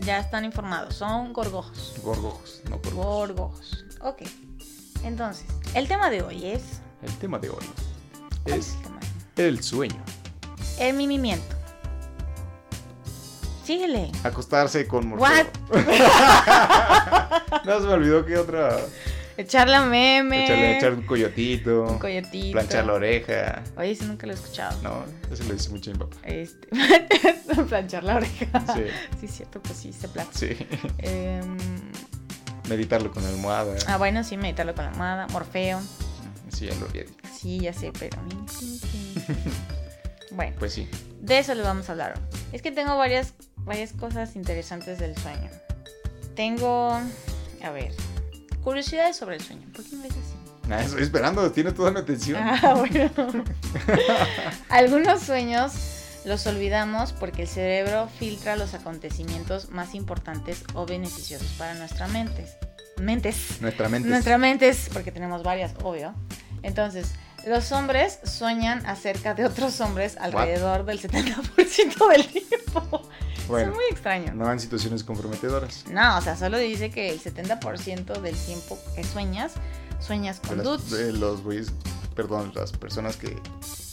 Ya están informados. Son gorgojos.
Gorgojos, no por
Gorgojos. Ok. Entonces, el tema de hoy es.
El tema de hoy
¿cuál
es
el tema?
el sueño.
El mimimiento. Síguele.
Acostarse con
What?
Morfeo. <laughs> no se me olvidó que otra.
Echar la meme.
Echarle, echar un coyotito,
un coyotito.
planchar la oreja.
Oye, eso nunca lo he escuchado.
No, eso lo dice mucho a mi papá.
Este, <laughs> planchar la oreja. <laughs> Sí.
Sí,
es cierto, pues sí, se plancha.
sí.
Em,
Meditarlo con almohada.
ah, bueno, sí, meditarlo con la almohada. Morfeo.
Sí, ya lo había dicho.
Sí, ya sé, pero. Bueno,
Pues sí.
de eso le vamos a hablar hoy. Es que tengo varias, varias cosas interesantes del sueño. Tengo. A ver. Curiosidades sobre el sueño. ¿Por qué me ves así?
Nada, estoy esperando, tiene toda mi atención.
<laughs> Ah, bueno. <laughs> Algunos sueños los olvidamos porque el cerebro filtra los acontecimientos más importantes o beneficiosos para nuestra mente. Mentes.
Nuestra mente.
Nuestra mente es, porque tenemos varias, obvio. Entonces, los hombres sueñan acerca de otros hombres alrededor del 70% del tiempo. <laughs>
Bueno,
es muy extraño.
no en situaciones comprometedoras.
No, o sea, solo dice que el 70% del tiempo que sueñas, sueñas
De
con
las-
dudes.
de los güeyes, perdón, las personas que,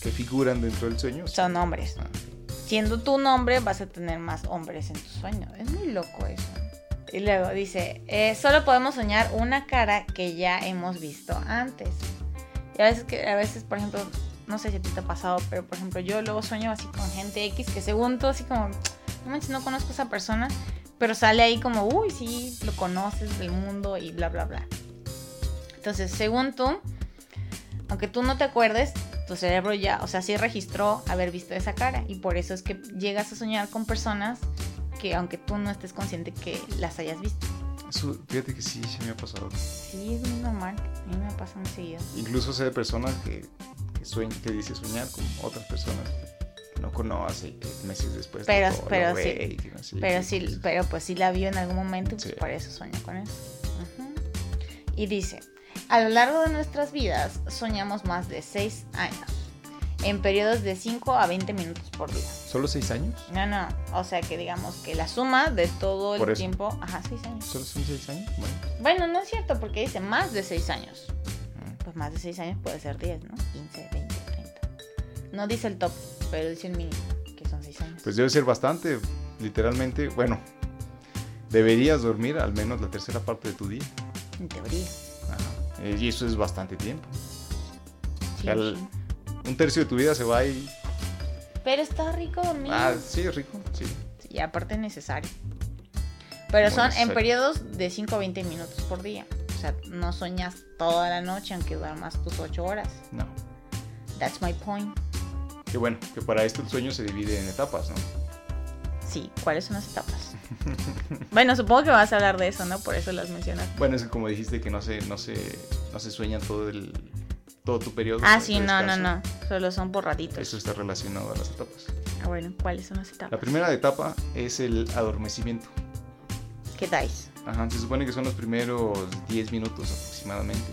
que figuran dentro del sueño.
Son hombres.
Ah,
siendo tu nombre vas a tener más hombres en tu sueño. Es muy loco eso. Y luego dice, eh, solo podemos soñar una cara que ya hemos visto antes. Y a veces, que, a veces, por ejemplo, no sé si a ti te ha pasado, pero por ejemplo yo luego sueño así con gente X que según tú así como, no manches, no conozco a esa persona, pero sale ahí como, uy, sí, lo conoces del mundo y bla, bla, bla. Entonces, según tú, aunque tú no te acuerdes, tu cerebro ya, o sea, sí registró haber visto esa cara. Y por eso es que llegas a soñar con personas que aunque tú no estés consciente que las hayas visto.
Eso, fíjate que sí, se me ha pasado.
Sí, es muy normal. A mí me pasa muy seguido.
Incluso sé de personas que, que, sueñ- que dice soñar con otras personas que no conoce y que meses después.
Pero-
tipo, lo
pero
ve
sí.
y que no sé
Pero
qué.
sí, pero pues sí la vio en algún momento, y, pues
Sí.
por eso sueño con eso. Ujú. Y dice, a lo largo de nuestras vidas soñamos más de 6 años, en periodos de 5 a 20 minutos por día.
¿Solo seis años?
No, no, o sea que digamos que la suma de todo el
Por eso.
tiempo, ajá, 6 años.
¿Solo son seis años? Bueno.
Bueno, no es cierto, porque dice más de 6 años.
Ah,
Pues más de 6 años puede ser 10, ¿no? 15, 20, 30. No dice el top, pero dice el mínimo, que son 6 años.
Pues debe ser bastante, literalmente, bueno, deberías dormir al menos la tercera parte de tu día.
en teoría.
Ajá. Eh, Y eso es bastante tiempo.
Sí,
Al-
sí.
Un tercio de tu vida se va y...
Pero está rico dormir.
Ah, sí, es rico, sí.
Y aparte necesario. Pero
Muy
son en
necesario.
periodos de 5 a 20 minutos por día. O sea, no sueñas toda la noche aunque duermas tus 8 horas.
No.
That's my point.
Qué bueno, que para esto el sueño se divide en etapas, ¿no?
Sí, ¿cuáles son las
<laughs>
etapas? bueno, supongo que vas a hablar de eso, ¿no? Por eso las mencionas.
Bueno, es que como dijiste que no se, no se, no se sueña todo el, todo tu periodo.
Ah,
de
sí, no, no,
descanso.
no. Solo son por ratitos.
Eso está relacionado a las etapas.
Ah, bueno, ¿cuáles son las
La
etapas?
primera etapa es el adormecimiento.
¿Qué dais?
Ajá, se supone que son los primeros 10 minutos aproximadamente.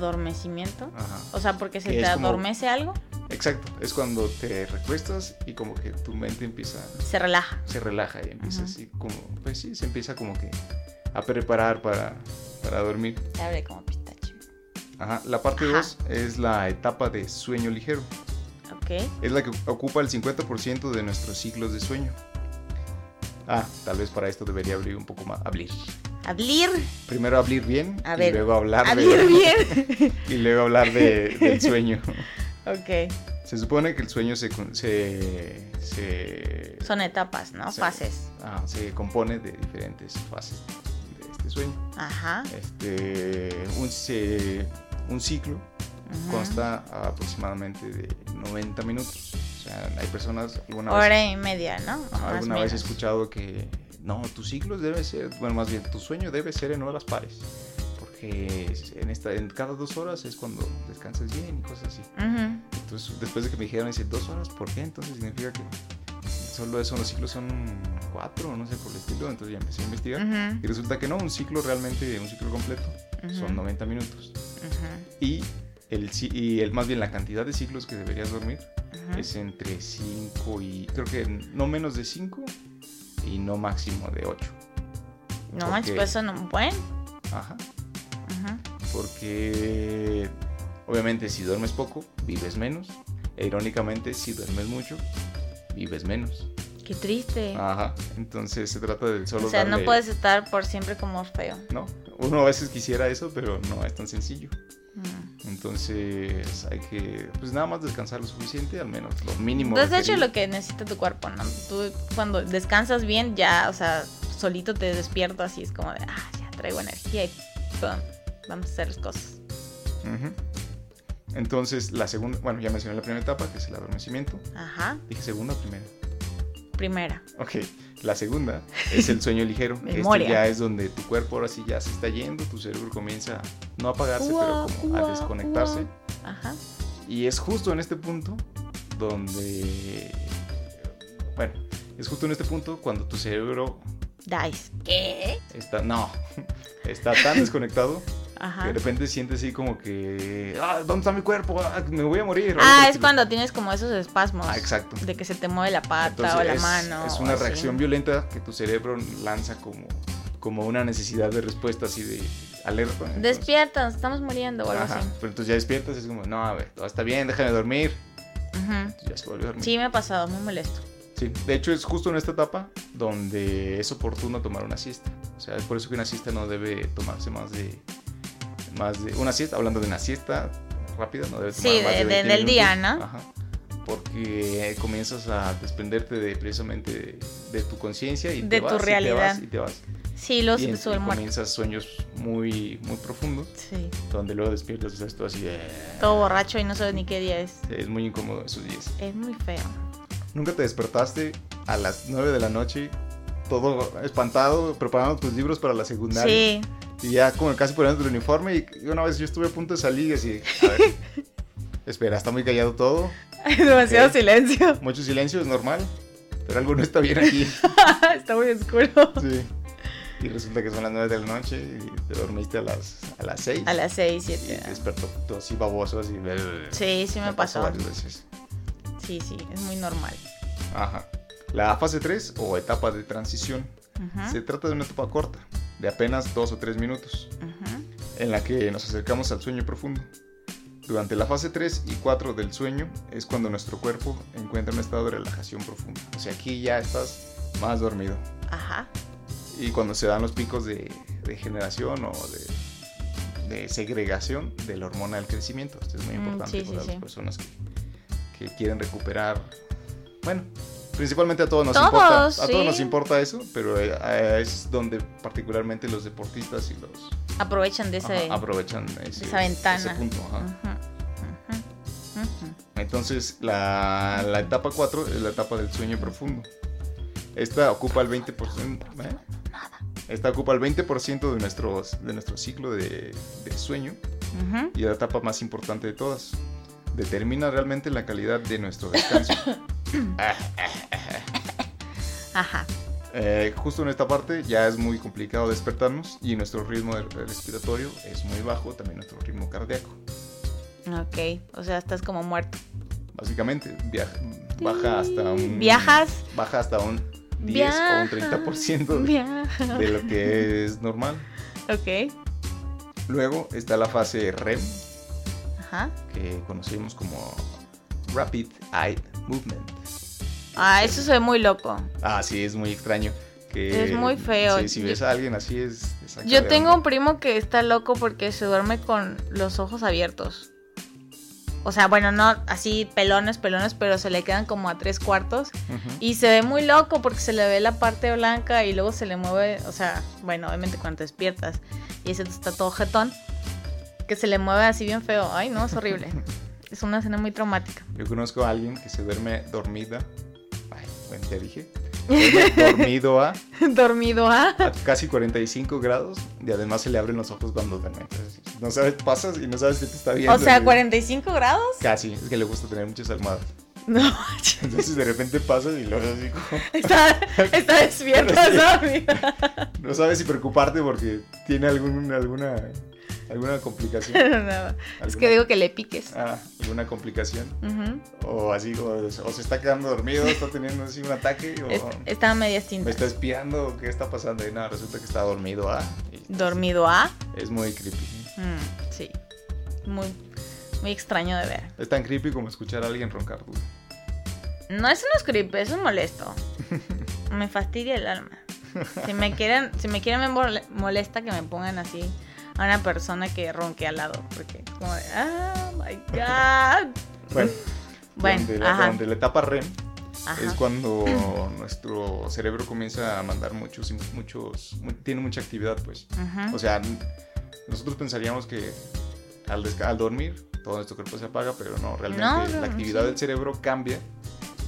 ¿Adormecimiento?
Ajá.
O sea, porque se
Que
te
es como-
adormece algo,
Exacto, es cuando te recuestas y como que tu mente empieza,
se relaja.
se relaja y empieza
Ajá.
así como, pues sí, se empieza como que a preparar para, para dormir.
Te abre como pistache.
Ajá, la parte
Ajá.
2 es la etapa de sueño ligero.
Ok.
Es la que ocupa el 50% de nuestros ciclos de sueño. Ah, tal vez para esto debería abrir un poco más. Abrir.
Abrir.
Primero abrir bien
A
y
ver,
luego hablar
Abrir
de, <laughs>
bien.
y luego hablar de-
<laughs>
del sueño.
ok.
Se supone que el sueño se con- se, se,
Son etapas, ¿no?
Sí.
Fases.
ah, se compone de diferentes fases de este sueño.
Ajá.
Este, un, se- un ciclo
ujú.
consta aproximadamente de 90 minutos. O sea, hay personas alguna vez
Hora y media, ¿no? O
Ajá,
más
alguna vez he
menos.
escuchado que no, tus ciclos debe ser, bueno, más bien tu sueño debe ser en horas pares, porque en esta, en cada dos horas es cuando descansas bien y cosas así.
Ujú.
Entonces, después de que me dijeron dice dos horas, ¿por qué? Entonces significa que solo eso, los ciclos son cuatro, no sé por el estilo. Entonces ya empecé a investigar
Ujú,
y resulta que no, un ciclo realmente, un ciclo completo,
ujú,
son 90 minutos
ujú,
y el, ci- y el más bien la cantidad de ciclos que deberías dormir
ujú.
es entre 5 y. Creo que no menos de 5 y no máximo de 8.
No manches,
ok.
pues son un buen.
Ajá.
Ujú.
Porque. Obviamente, si duermes poco, vives menos. E irónicamente, si duermes mucho, vives menos.
Qué triste.
Ajá. Entonces se trata del Ah, solo.
o sea, no
darle-
puedes estar por siempre como feo.
No. Uno a veces quisiera eso, pero no es tan sencillo.
Mm.
Entonces hay que, pues nada más descansar lo suficiente, al menos lo mínimo.
Entonces, de hecho,
requerido.
lo que necesita tu cuerpo, ¿no? Tú cuando descansas bien, ya, o sea, solito te despierto así, es como de, ah, ya traigo energía y pum, vamos a hacer las cosas.
Ujú. Entonces, la segunda, bueno, ya mencioné la primera etapa, que es el adormecimiento.
Ajá,
Dije segunda o primera.
primera.
Ok, la segunda es el sueño
<laughs>
ligero. Esto
Memoria.
ya es donde tu cuerpo ahora sí ya se está yendo, tu cerebro comienza no a apagarse, pero
Ua,
como a
ua,
desconectarse.
ua. Ajá.
Y es justo en este punto donde, bueno, es justo en este punto cuando tu cerebro
Dice. ¿Qué?
está, no, <laughs> está
<laughs>
tan desconectado que
Ajá.
de repente sientes así como que, "Ah, ¿dónde está mi cuerpo? Ah, me voy a morir. o algo por
Ah,
el
es
estilo.
cuando tienes como esos espasmos.
Ah, exacto.
De que se te mueve la pata
Entonces,
o la
es,
mano.
es
o
una
así.
reacción violenta que tu cerebro lanza como, como una necesidad de respuesta así de alerta. entonces-
Despierta, nos estamos muriendo o algo
Ajá,
así.
Pero entonces ya despiertas y es como, no, a ver, todo está bien, déjame dormir.
Ujú.
Entonces ya se vuelve a dormir.
Sí, me ha pasado, muy molesto.
Sí, de hecho es justo en esta etapa donde es oportuno tomar una siesta. O sea, es por eso que una siesta no debe tomarse más de... Más de una siesta, hablando de una siesta rápida, no debe tomar
Sí,
más
de- de-
20
del día,
minutos.
¿no?
Ajá. Porque comienzas a desprenderte de, precisamente de, de tu conciencia y te
De tu
vas, y te
realidad.
vas, Y te vas,
Sí, los
Y en- y
sube el muerto.
comienzas sueños muy, muy profundos,
Sí.
donde luego despiertas y estás tú así de...
Todo borracho y no sabes ni qué día es.
Es muy incómodo esos días.
Es muy feo.
¿Nunca te despertaste a las 9 de la noche, todo espantado, preparando tus libros para la secundaria?
Sí.
Y ya como casi poniendo tu uniforme y y una vez yo estuve a punto de salir y así, a ver,
<laughs>
espera, está muy callado todo,
Hay <laughs> demasiado
Ok.
silencio. <laughs>
mucho silencio, es normal, pero algo no está bien aquí.
Ah, Está muy oscuro.
Sí. Y resulta que son las 9 de la noche y te dormiste a las, a las 6.
A las 6,
y te
7.
despertó todo así baboso, así.
Sí, sí me pasó.
varias veces.
Sí, sí, es muy normal.
Ajá. La fase 3 o etapa de transición
Ujú,
Se trata de una etapa corta, de apenas dos o tres minutos,
ujú.
en la que nos acercamos al sueño profundo. Durante la fase 3 y 4 del sueño es cuando nuestro cuerpo encuentra un estado de relajación profunda. O sea, aquí ya estás más dormido.
Ajá.
Y cuando se dan los picos de, de generación o de, de segregación de la hormona del crecimiento. Esto es muy
Mm,
importante
sí,
para
sí,
las
sí.
personas que, que quieren recuperar. Bueno, principalmente a todos nos
Todos,
importa. A todos
sí.
nos importa eso, pero eh, eh, es donde particularmente los deportistas y los
Aprovechan de ese.
ajá, aprovechan ese,
esa ventana.
ese punto. ajá.
Ujú, ujú, ujú.
Entonces, la, la etapa 4 es la etapa del sueño profundo. Esta ocupa el 20%. ¿eh?
Nada.
Esta ocupa el 20% de nuestro, de nuestro ciclo de, de sueño
Ujú.
y la etapa más importante de todas. Determina realmente la calidad de nuestro
<laughs>
descanso.
Ajá.
Eh, justo en esta parte ya es muy complicado despertarnos y nuestro ritmo de- respiratorio es muy bajo, también nuestro ritmo cardíaco.
Ok. O sea, estás como muerto.
Básicamente, viaja- baja hasta un...
Viajas.
Baja hasta un 10 o un
Viaja.
30% de-
<laughs> Viaja.
de lo que es normal.
Ok.
Luego está la fase REM,
Ajá.
que conocemos como Rapid Eye Movement.
Ah, eso se ve muy loco.
Ah, sí, es muy extraño. que-
Es muy feo.
sí, si ves a alguien así es... te saca
Yo
de
tengo un
onda.
primo que está loco porque se duerme con los ojos abiertos. O sea, bueno, no así pelones, pelones, pero se le quedan como a tres cuartos.
Ujú.
Y se ve muy loco porque se le ve la parte blanca y luego se le mueve, o sea, bueno, obviamente cuando te despiertas y ese está todo jetón, que se le mueve así bien feo. Ay, no, es horrible. es una escena muy traumática. <laughs>
Yo conozco a alguien que se duerme dormida. Ay, bueno, ya dije. Duerme <laughs> dormido a,
Dormido, ah.
a casi 45 grados y además se le abren los ojos cuando duerme. Entonces, no sabes, pasas y no sabes qué te está viendo.
O sea,
Y-
45 grados.
Casi, es que le gusta tener muchas almohadas.
<laughs> No,
Entonces de repente pasas y lo ves así como...
está, está despierto, ¿sabes?
No sabes si preocuparte porque tiene algún, alguna, alguna complicación.
<laughs> No, <laughs> Es que
alguna-
digo que le piques.
Ah, alguna complicación.
Ujú.
O así, o, o se está quedando dormido, está teniendo así un ataque, o
Es- estaba media
me
tintas.
está espiando, o qué está pasando. Y nada, resulta que está dormido. Ah, Y
Dormido A.
Es muy creepy.
Mm, sí. Muy, muy extraño de ver.
Es tan creepy como escuchar a alguien roncar. güey.
No, eso no es creepy, eso
<laughs>
es molesto. Me fastidia el alma. Si me quieren, si me quieren me mole- molesta que me pongan así a una persona que ronque al lado. Porque es como de, ah, my
<laughs>
God.
Bueno,
Bueno,
donde, la,
ajá,
donde la etapa REM
ajá.
es cuando nuestro cerebro comienza a mandar muchos, muchos, mu- tiene mucha actividad, pues.
Ujú.
O sea, n- nosotros pensaríamos que al, desca- al dormir todo nuestro cuerpo se apaga, pero no, realmente
No, no,
la actividad
sí.
del cerebro cambia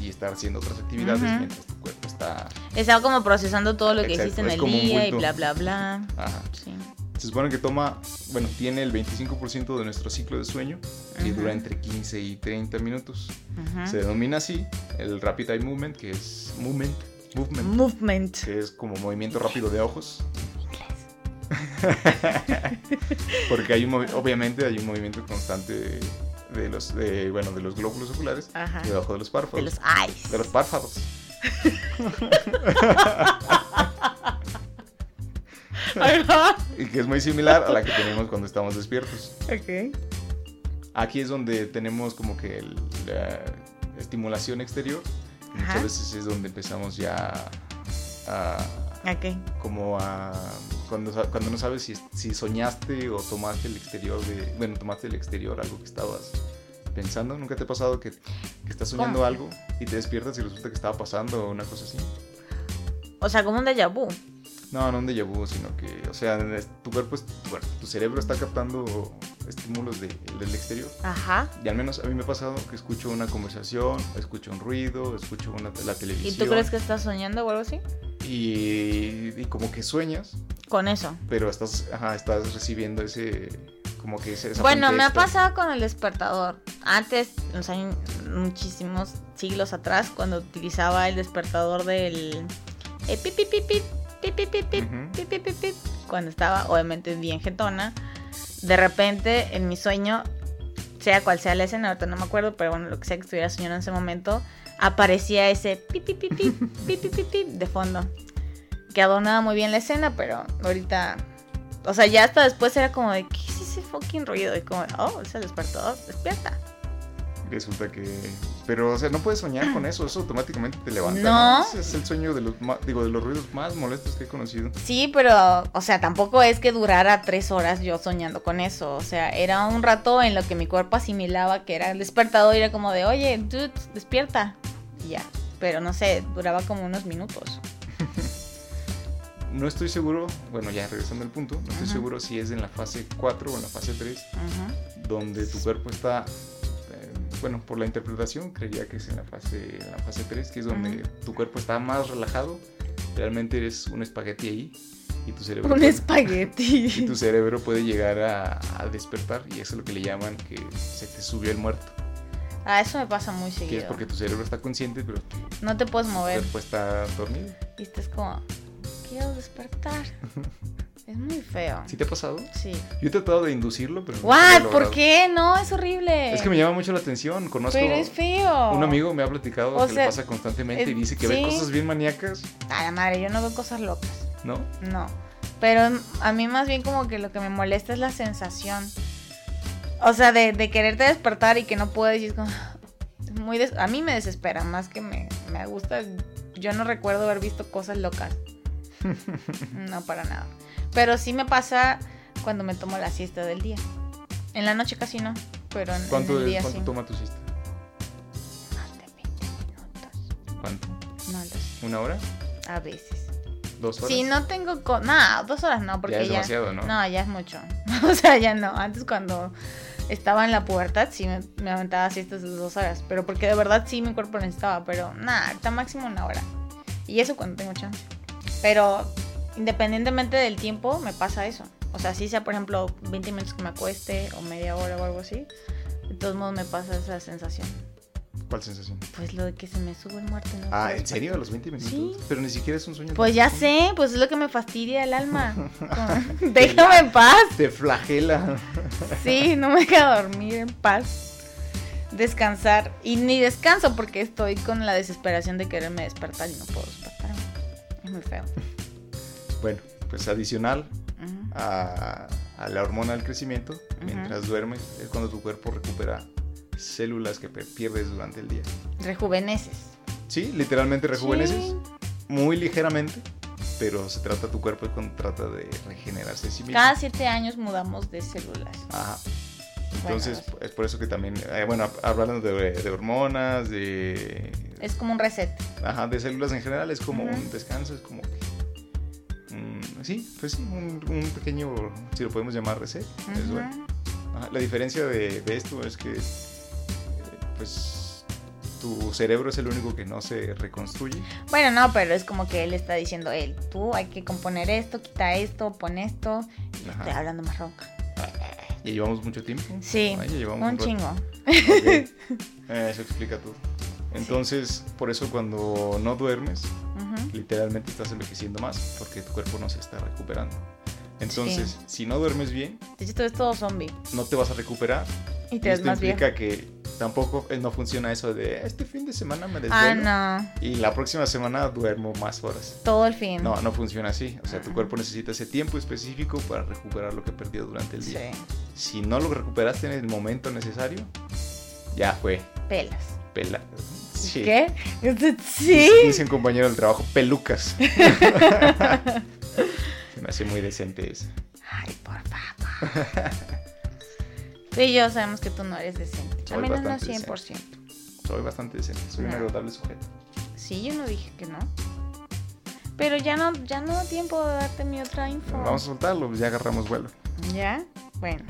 y está haciendo otras actividades
Ujú.
mientras tu cuerpo está...
Estaba como procesando todo lo que
Exacto,
hiciste en
es
el
como un
día y
bulto.
bla, bla, bla.
Ajá.
Sí.
Se supone que toma, bueno, tiene el 25% de nuestro ciclo de sueño y
Ujú.
dura entre 15 y 30 minutos.
Ujú.
Se denomina así el Rapid Eye Movement, que es movement, movement,
Movement.
que es como movimiento rápido de ojos. <laughs> Porque hay un movi- obviamente hay un movimiento constante de, de los de, bueno, de los glóbulos oculares
Ajá.
debajo de los
De
párpados.
los eyes.
De los párpados.
Ajá.
Y que es muy similar a la que tenemos cuando estamos despiertos.
Ok.
Aquí es donde tenemos como que el- la estimulación exterior. y
Ajá.
Muchas veces es donde empezamos ya a,
Ok.
como a cuando, sa- cuando no sabes si, si soñaste o tomaste el exterior de bueno tomaste el exterior algo que estabas pensando nunca te ha pasado que, que estás soñando
¿Cómo?
algo y te despiertas y resulta que estaba pasando o una cosa así
O sea, como un déjà vu.
no no un déjà vu sino que o sea es- tu cuerpo es- tu, cuerpo- tu cerebro está captando estímulos de- del exterior
Ajá.
y al menos a mí me ha pasado que escucho una conversación escucho un ruido escucho una, la
¿Y
televisión
tú crees que estás soñando o algo así?
y- y como que sueñas
Con eso.
pero estás, ajá, estás recibiendo ese, como que ese... esa
Bueno, me ha
contexto.
pasado con el despertador. Antes, o sea, en muchísimos siglos atrás, cuando utilizaba el despertador del... eh, pip, pip, pip, pip, pip, pip, pip, pip,
Ujú.
pip, pip, pip, pip, cuando estaba obviamente bien getona, de repente en mi sueño, sea cual sea la escena, ahorita no me acuerdo, pero bueno, lo que sea que estuviera soñando en ese momento, aparecía ese pip, pip, pip, pip, pip, pip, pip, pip, de fondo. Que adornaba muy bien la escena, pero ahorita, o sea, ya hasta después era como de, ¿qué es ese fucking ruido? Y como, oh, es el despertador, despierta.
Resulta que... Pero, o sea, no puedes soñar con eso, eso automáticamente te levanta.
No.
Ese es el sueño de los, ma- digo, de los ruidos más molestos que he conocido.
Sí, pero, o sea, tampoco es que durara tres horas yo soñando con eso. O sea, era un rato en lo que mi cuerpo asimilaba que era el despertador y era como de, oye, dude, despierta. Y ya. Pero no sé, duraba como unos minutos.
No estoy seguro, bueno, ya regresando al punto, no estoy
Ajá.
seguro si es en la fase 4 o en la fase 3,
Ujú.
donde tu cuerpo está... eh, Bueno, por la interpretación creería que es en la fase, en la fase 3, que es donde tu cuerpo está más relajado, realmente eres un espagueti ahí Y tu cerebro,
Un
puede, y
espagueti.
tu cerebro puede llegar a, a despertar y eso es lo que le llaman que se te subió el muerto.
<laughs> Ah, eso me pasa muy
Que es
seguido.
porque tu cerebro está consciente, pero tu
No te puedes mover.
cuerpo está dormido.
Y estás como, quiero
<laughs>
despertar. es muy feo.
¿Sí te ha pasado?
Sí.
Yo he tratado de inducirlo, pero... nunca lo he
¿What?
logrado.
¿Por qué? No, es horrible.
Es que me llama mucho la atención. Conozco
Pero es feo.
un amigo me ha platicado
O
que
sea,
le pasa constantemente
es-
y dice que ve
sí.
cosas bien maníacas,
A la madre, yo no veo cosas locas.
¿no?
No. Pero em, a mí más bien como que lo que me molesta es la sensación. O sea, de, de quererte despertar y que no puedes. Y es como... es Muy des- A mí me desespera, más que me, me gusta. Yo no recuerdo haber visto
<laughs>
cosas locas. No, para nada. Pero sí me pasa cuando me tomo la siesta del día. En la noche casi no, pero en, en
¿Cuánto,
el
es-
día
cuánto
sí.
toma tu siesta?
Más de 20 minutos.
¿Cuánto?
No lo sé,
¿Una hora?
a veces.
¿Dos horas?
Si no tengo... co- No, dos horas no, porque
ya es
ya...
demasiado, ¿no?
No, ya es mucho. <laughs> O sea, ya no. Antes cuando estaba en la pubertad sí me, me aventaba siestas de dos horas. Pero porque de verdad sí mi cuerpo necesitaba. Pero nada, ahorita máximo una hora. Y eso cuando tengo chance. Pero independientemente del tiempo me pasa eso. O sea, si sea por ejemplo 20 minutos que me acueste o media hora o algo así. De todos modos me pasa esa sensación.
¿Cuál sensación?
Pues lo de que se me sube el muerto. y no
Ah,
puedo
¿en serio? ¿A los 20 minutos?
Sí.
Pero ni siquiera es un sueño.
Pues ya sé, pues es lo que me fastidia el
<laughs>
alma. Como, <laughs> Déjame en paz.
Te flagela.
Sí, no me deja dormir en paz. Descansar. Y ni descanso porque estoy con la desesperación de quererme despertar y no puedo despertarme. Es muy feo.
Bueno, pues adicional
Ujú.
a, a la hormona del crecimiento, mientras duermes es cuando tu cuerpo recupera células que pe- pierdes durante el día.
Rejuveneces.
Sí, literalmente rejuveneces.
Sí.
muy ligeramente, pero se trata tu cuerpo cuando trata de regenerarse a sí mismo.
Cada siete años mudamos de células.
Ajá. Entonces,
Bueno, pues.
es por eso que también, eh, bueno, hablando de, de hormonas, de,
Es como un reset.
ajá, de células en general, es como
Ujú.
un descanso, es como que, mm, sí, pues sí, un, un pequeño, si lo podemos llamar reset, es
Ujú.
bueno. Ajá, La diferencia de, de esto es que, eh, pues, tu cerebro es el único que no se reconstruye.
Bueno, no, pero es como que él está diciendo, él, tú hay que componer esto, quita esto, pon esto. Y
Ajá.
estoy hablando más ronca.
Ya llevamos mucho tiempo.
Sí,
Ay, ya llevamos
un
rato.
chingo.
Ok.
<laughs>
Eh, Eso explica todo. Entonces, por eso cuando no duermes,
Ujú.
literalmente estás envejeciendo más, porque tu cuerpo no se está recuperando. Entonces, si no duermes bien,
De hecho, tú eres todo zombie.
no te vas a recuperar.
Y
Y
te ves
esto
más bien.
implica que tampoco eh, no funciona eso de este fin de semana me
Ah,
desvelo
no.
y la próxima semana duermo más horas.
Todo el fin.
No, no funciona así. O sea, tu
Ah.
cuerpo necesita ese tiempo específico para recuperar lo que perdió durante el
Sí,
día. Si no lo recuperaste en el momento necesario, ya fue.
pelas.
Pela. Sí.
¿Qué? Este- Sí.
Dice un compañero del trabajo,
<laughs>
pelucas. <laughs> Se me hace muy decente eso.
Ay, por favor.
<laughs>
Tú y yo sabemos que tú no eres decente. Al
Soy
menos no
bastante
100%.
Soy bastante decente, soy un
No.
agradable sujeto.
Sí, yo no dije que no. Pero ya no, ya no da tiempo de darte mi otra info.
Vamos a soltarlo, pues ya agarramos vuelo.
¿Ya? Bueno.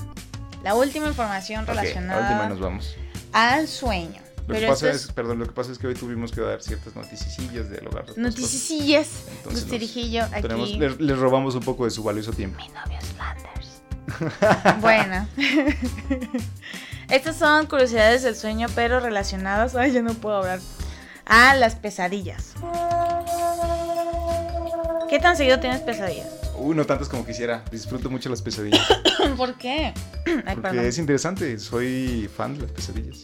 La última información
Ok, a
relacionada
última nos vamos.
al sueño.
Lo que
Pero
pasa
esto
es,
es
perdón, lo que pasa es que hoy tuvimos que dar ciertas noticicillas de hogar.
noticias.
Entonces
Los
nos-
dirigí yo aquí.
Tenemos, les, les robamos un poco de su valioso tiempo.
Mi novio es
<laughs>
Flanders. bueno. <laughs> Estas son curiosidades del sueño, pero relacionadas. Ay, yo no puedo hablar. A las pesadillas. ¿Qué tan seguido tienes pesadillas?
Uy, no tantas como quisiera. Disfruto mucho las pesadillas.
<coughs> ¿Por qué? Ay, perdón.
porque es interesante, soy fan de las pesadillas.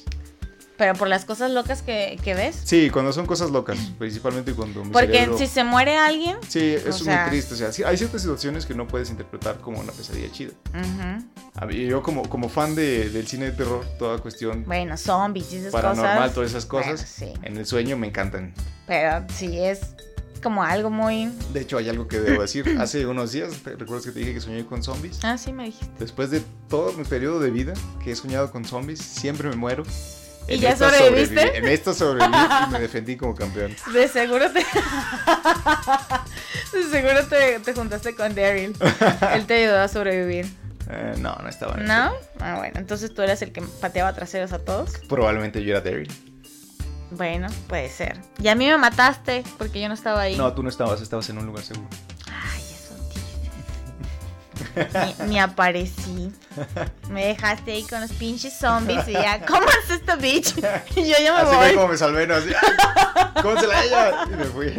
Pero por las cosas locas que, que ves.
Sí, cuando son cosas
<clears throat>
locas, principalmente cuando mi
Porque
cerebro-
si se muere alguien.
Sí, eso
O
es
sea-
muy triste. O sea, sí, hay ciertas situaciones que no puedes interpretar como una pesadilla chida.
ujú.
A mí- yo como, como fan de- del cine de terror, toda cuestión
Bueno, zombies y esas
paranormal,
cosas.
todas esas cosas,
Bueno, sí.
en el sueño me encantan.
Pero sí es como algo muy.
De hecho, hay algo que debo decir. Hace unos días, ¿te ¿recuerdas que te dije que soñé con zombies?
Ah, sí, me dijiste.
Después de todo mi periodo de vida que he soñado con zombies, siempre me muero.
¿Y
En
ya
esta
sobreviviste?
sobreviví- en esta sobreviví y
<laughs>
me defendí como campeón.
De seguro te. <laughs> De seguro te, te juntaste con Daryl. Él te ayudó a sobrevivir.
Eh, no, no estaba en el
¿No?
sueño.
Ah, bueno. Entonces tú eras el que pateaba traseros a todos.
Probablemente yo era Daryl.
Bueno, puede ser. Y a mí me mataste porque yo no estaba ahí.
No, tú no estabas, estabas en un lugar seguro.
Ay, eso dice. Ni, ni aparecí. Me dejaste ahí con los pinches zombies y ya, ¿cómo es esta bitch? <laughs> Y yo ya me
Así fue
Ah, voy.
como me salvé, ¿no? Así, ¡ay! ¿Cómo se la ella? Y me
<laughs>
fui.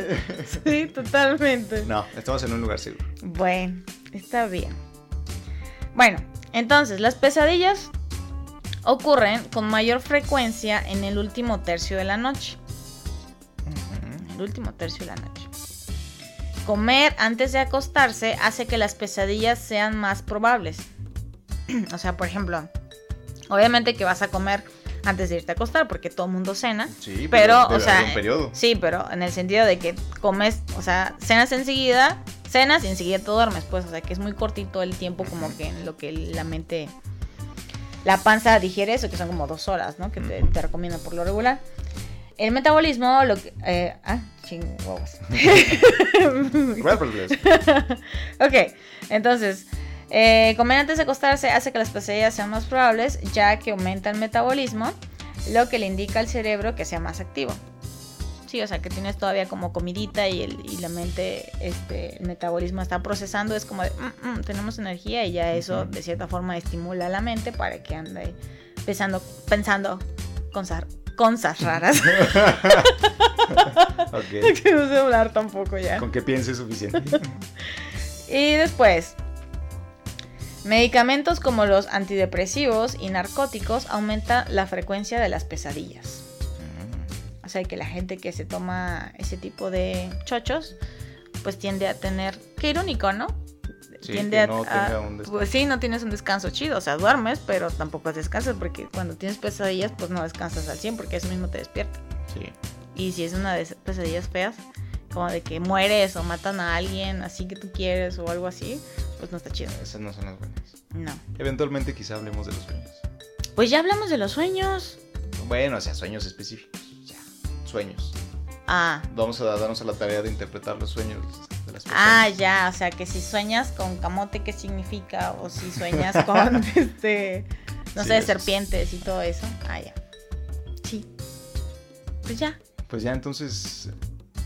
Sí, totalmente.
No, estamos en un lugar seguro.
Bueno, está bien. Bueno, entonces las pesadillas ocurren con mayor frecuencia en el último tercio de la noche. En el último tercio de la noche. Comer antes de acostarse hace que las pesadillas sean más probables. <clears throat> o sea, por ejemplo, obviamente que vas a comer antes de irte a acostar porque todo el mundo cena.
Sí, pues,
Pero,
debe
o sea,
haber un periodo.
Sí, pero en el sentido de que comes, o sea, cenas enseguida, cenas y enseguida te duermes, pues, o sea, que es muy cortito el tiempo como que en lo que la mente, la panza digiere eso, que son como dos horas, ¿no? Que te, te recomiendo por lo regular. El metabolismo, lo que... eh, ah, chingados.
Real
<laughs>
Problems.
ok, entonces, eh, comer antes de acostarse hace que las pesadillas sean más probables, ya que aumenta el metabolismo, lo que le indica al cerebro que sea más activo. Sí, o sea, que tienes todavía como comidita y, el, y la mente, este, el metabolismo está procesando, es como de, "Mm, mm, tenemos energía y ya eso
Ujú.
de cierta forma estimula a la mente para que ande pensando, pensando cosas, cosas raras.
Ok.
<laughs> que no sé hablar tampoco ya.
Con que piense es suficiente.
Y después, medicamentos como los antidepresivos y narcóticos aumentan la frecuencia de las pesadillas. O sea, que la gente que se toma ese tipo de chochos, pues tiende a tener... Qué irónico, ¿no?
Sí,
tiende
que
a-
no
a-
tenga un descanso.
pues sí, no tienes un descanso chido, o sea, duermes, pero tampoco descansas porque cuando tienes pesadillas, pues no descansas al 100 porque eso mismo te despierta.
Sí.
Y si es una de esas pesadillas feas, como de que mueres o matan a alguien así que tú quieres o algo así, pues no está chido.
Esas no son las buenas.
No.
Eventualmente quizá hablemos de los sueños.
Pues ya hablamos de los sueños.
Bueno, o sea, sueños específicos. O sea, sueños.
Ah.
Vamos a darnos a la tarea de interpretar los sueños de las personas.
Ah, ya, o sea que si sueñas con camote, ¿qué significa? O si sueñas <laughs> con este, no
Sí, eso
sé,
es.
serpientes y todo eso. Ah, ya. Sí. Pues ya.
Pues ya entonces,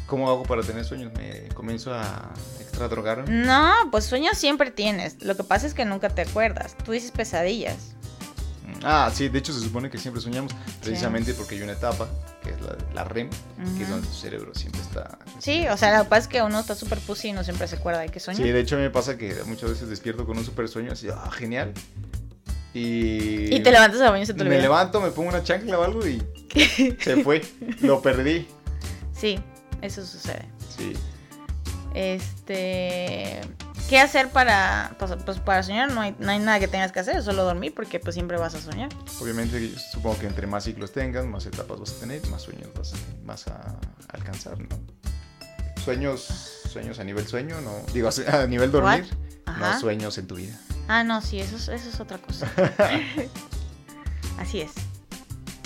¿cómo hago para tener sueños? ¿Me comienzo a extradrogar?
No, pues sueños siempre tienes. Lo que pasa es que nunca te acuerdas. Tú dices pesadillas.
Ah, sí, de hecho se supone que siempre soñamos, precisamente porque hay una etapa, que es la, la REM, que es
Ujú.
donde tu cerebro siempre está...
Sí, o sea, lo que pasa es que uno está súper pussy y no siempre se acuerda de qué soñó.
Sí, de hecho me pasa que muchas veces despierto con un super sueño así, ah, genial. Y...
y te levantas al baño y se te
Me
olvida.
levanto, me pongo una chancla o algo y se
<laughs>
fue, lo perdí.
Sí, eso sucede.
Sí.
Este. ¿Qué hacer para. Pues, pues para soñar no hay, no hay nada que tengas que hacer, solo dormir, porque pues siempre vas a soñar.
Obviamente supongo que entre más ciclos tengas, más etapas vas a tener, más sueños vas a, vas a alcanzar, ¿no? Sueños, sueños a nivel sueño, no. Digo, <laughs> a nivel dormir,
Ajá.
no sueños en tu vida.
ah, no, sí, eso es, eso es
<laughs>
otra cosa. <laughs> Así es.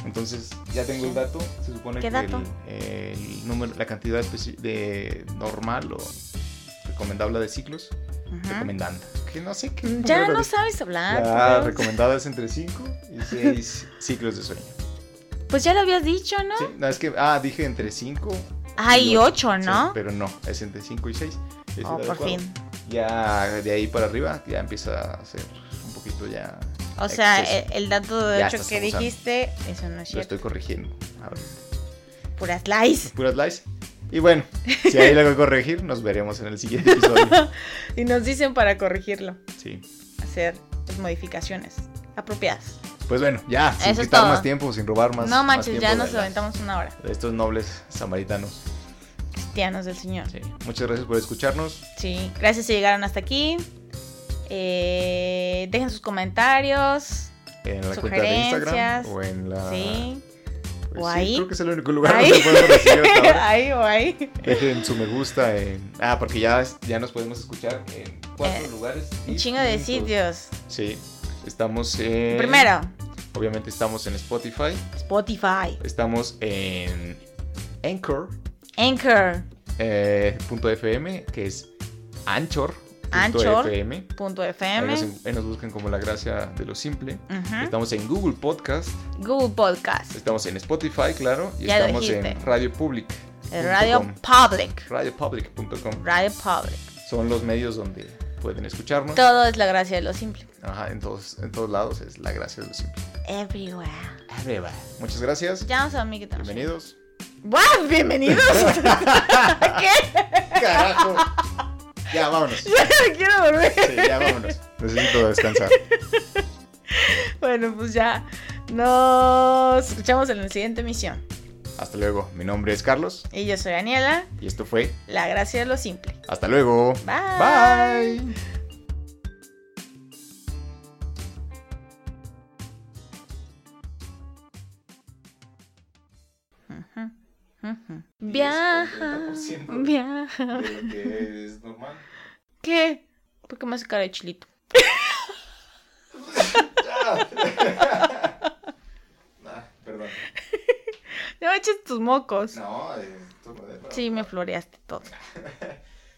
Entonces, ya tengo el dato. Se supone
¿Qué
que
dato?
El, el número, la cantidad especi- de normal o recomendable de ciclos,
Ujú.
recomendanda. Que no sé qué.
Mm, Ya
número
no
de-
sabes hablar.
La
pero-
recomendada es entre 5 y
<laughs>
6 ciclos de sueño.
Pues ya lo habías dicho, ¿no?
Sí, no, es que, ah, dije entre 5.
Ah, y ocho, ¿no?
pero no, es entre 5 y 6.
Oh, por fin.
Ya de ahí para arriba ya empieza a ser un poquito ya.
O sea,
exceso.
el, el dato de
Ya
ocho
estás
que
abusando.
dijiste, eso no es
lo
cierto.
estoy corrigiendo. ahorita.
Puras lies.
Puras lies. Y bueno, si hay algo que corregir, nos veremos en el siguiente
<laughs>
episodio.
Y nos dicen para corregirlo.
Sí.
Hacer las modificaciones apropiadas.
Pues bueno, ya, sin
Eso es
quitar
todo.
más tiempo, sin robar más.
no
más
manches,
tiempo
ya
de
nos
las-
aventamos una hora.
de estos nobles samaritanos.
Cristianos del Señor.
Sí. Muchas gracias por escucharnos.
Sí, gracias si llegaron hasta aquí. Eh, dejen sus comentarios.
En la cuenta de Instagram
Sugerencias.
o en la.
Sí.
Pues
O
sí,
ahí.
Creo que es el único lugar
Ahí.
donde podemos recibir hasta ahora.
<laughs> ahí o ahí.
<laughs> Dejen su me gusta en. Ah, porque ya, es- ya nos podemos escuchar en cuatro
Eh,
lugares.
Un chingo de
distintos.
sitios.
Sí. Estamos en.
Primero,
Obviamente estamos en Spotify.
Spotify,
Estamos en Anchor.fm,
Anchor.fm,
eh, que es Anchor.
Anchor.
FM. Ahí nos, ahí nos buscan como la gracia de lo simple.
ujú,
Estamos en Google Podcast.
Google Podcast,
Estamos en Spotify, claro. Y
Ya lo
estamos en
dijiste.
Radio Public.
el Radio Public,
RadioPublic.com.
Radio Public.
Son los medios donde pueden escucharnos.
Todo es la gracia de lo simple.
Ajá, en todos, en todos lados es la gracia de lo simple.
Everywhere.
Muchas gracias.
Ya no sabemos mí que tenemos.
Bienvenidos.
¡Wow! ¡Bienvenidos! <laughs> ¿Qué? <laughs>
Carajo. Ya, vámonos. Sí,
Ya me quiero dormir.
ya, vámonos. Necesito descansar.
Bueno, pues ya. Nos escuchamos en la siguiente emisión.
Hasta luego. Mi nombre es Carlos
Y yo soy Daniela,
y esto fue
la gracia de lo simple.
Hasta luego.
Bye.
Bye.
Ujú, ujú. Viaja.
10-40%
Viaja.
de lo que es normal.
¿Qué? ¿Por qué me hace cara de chilito?
Ah, perdón.
No me eches tus mocos.
No, eh, tú me dejas.
Sí, me floreaste todo.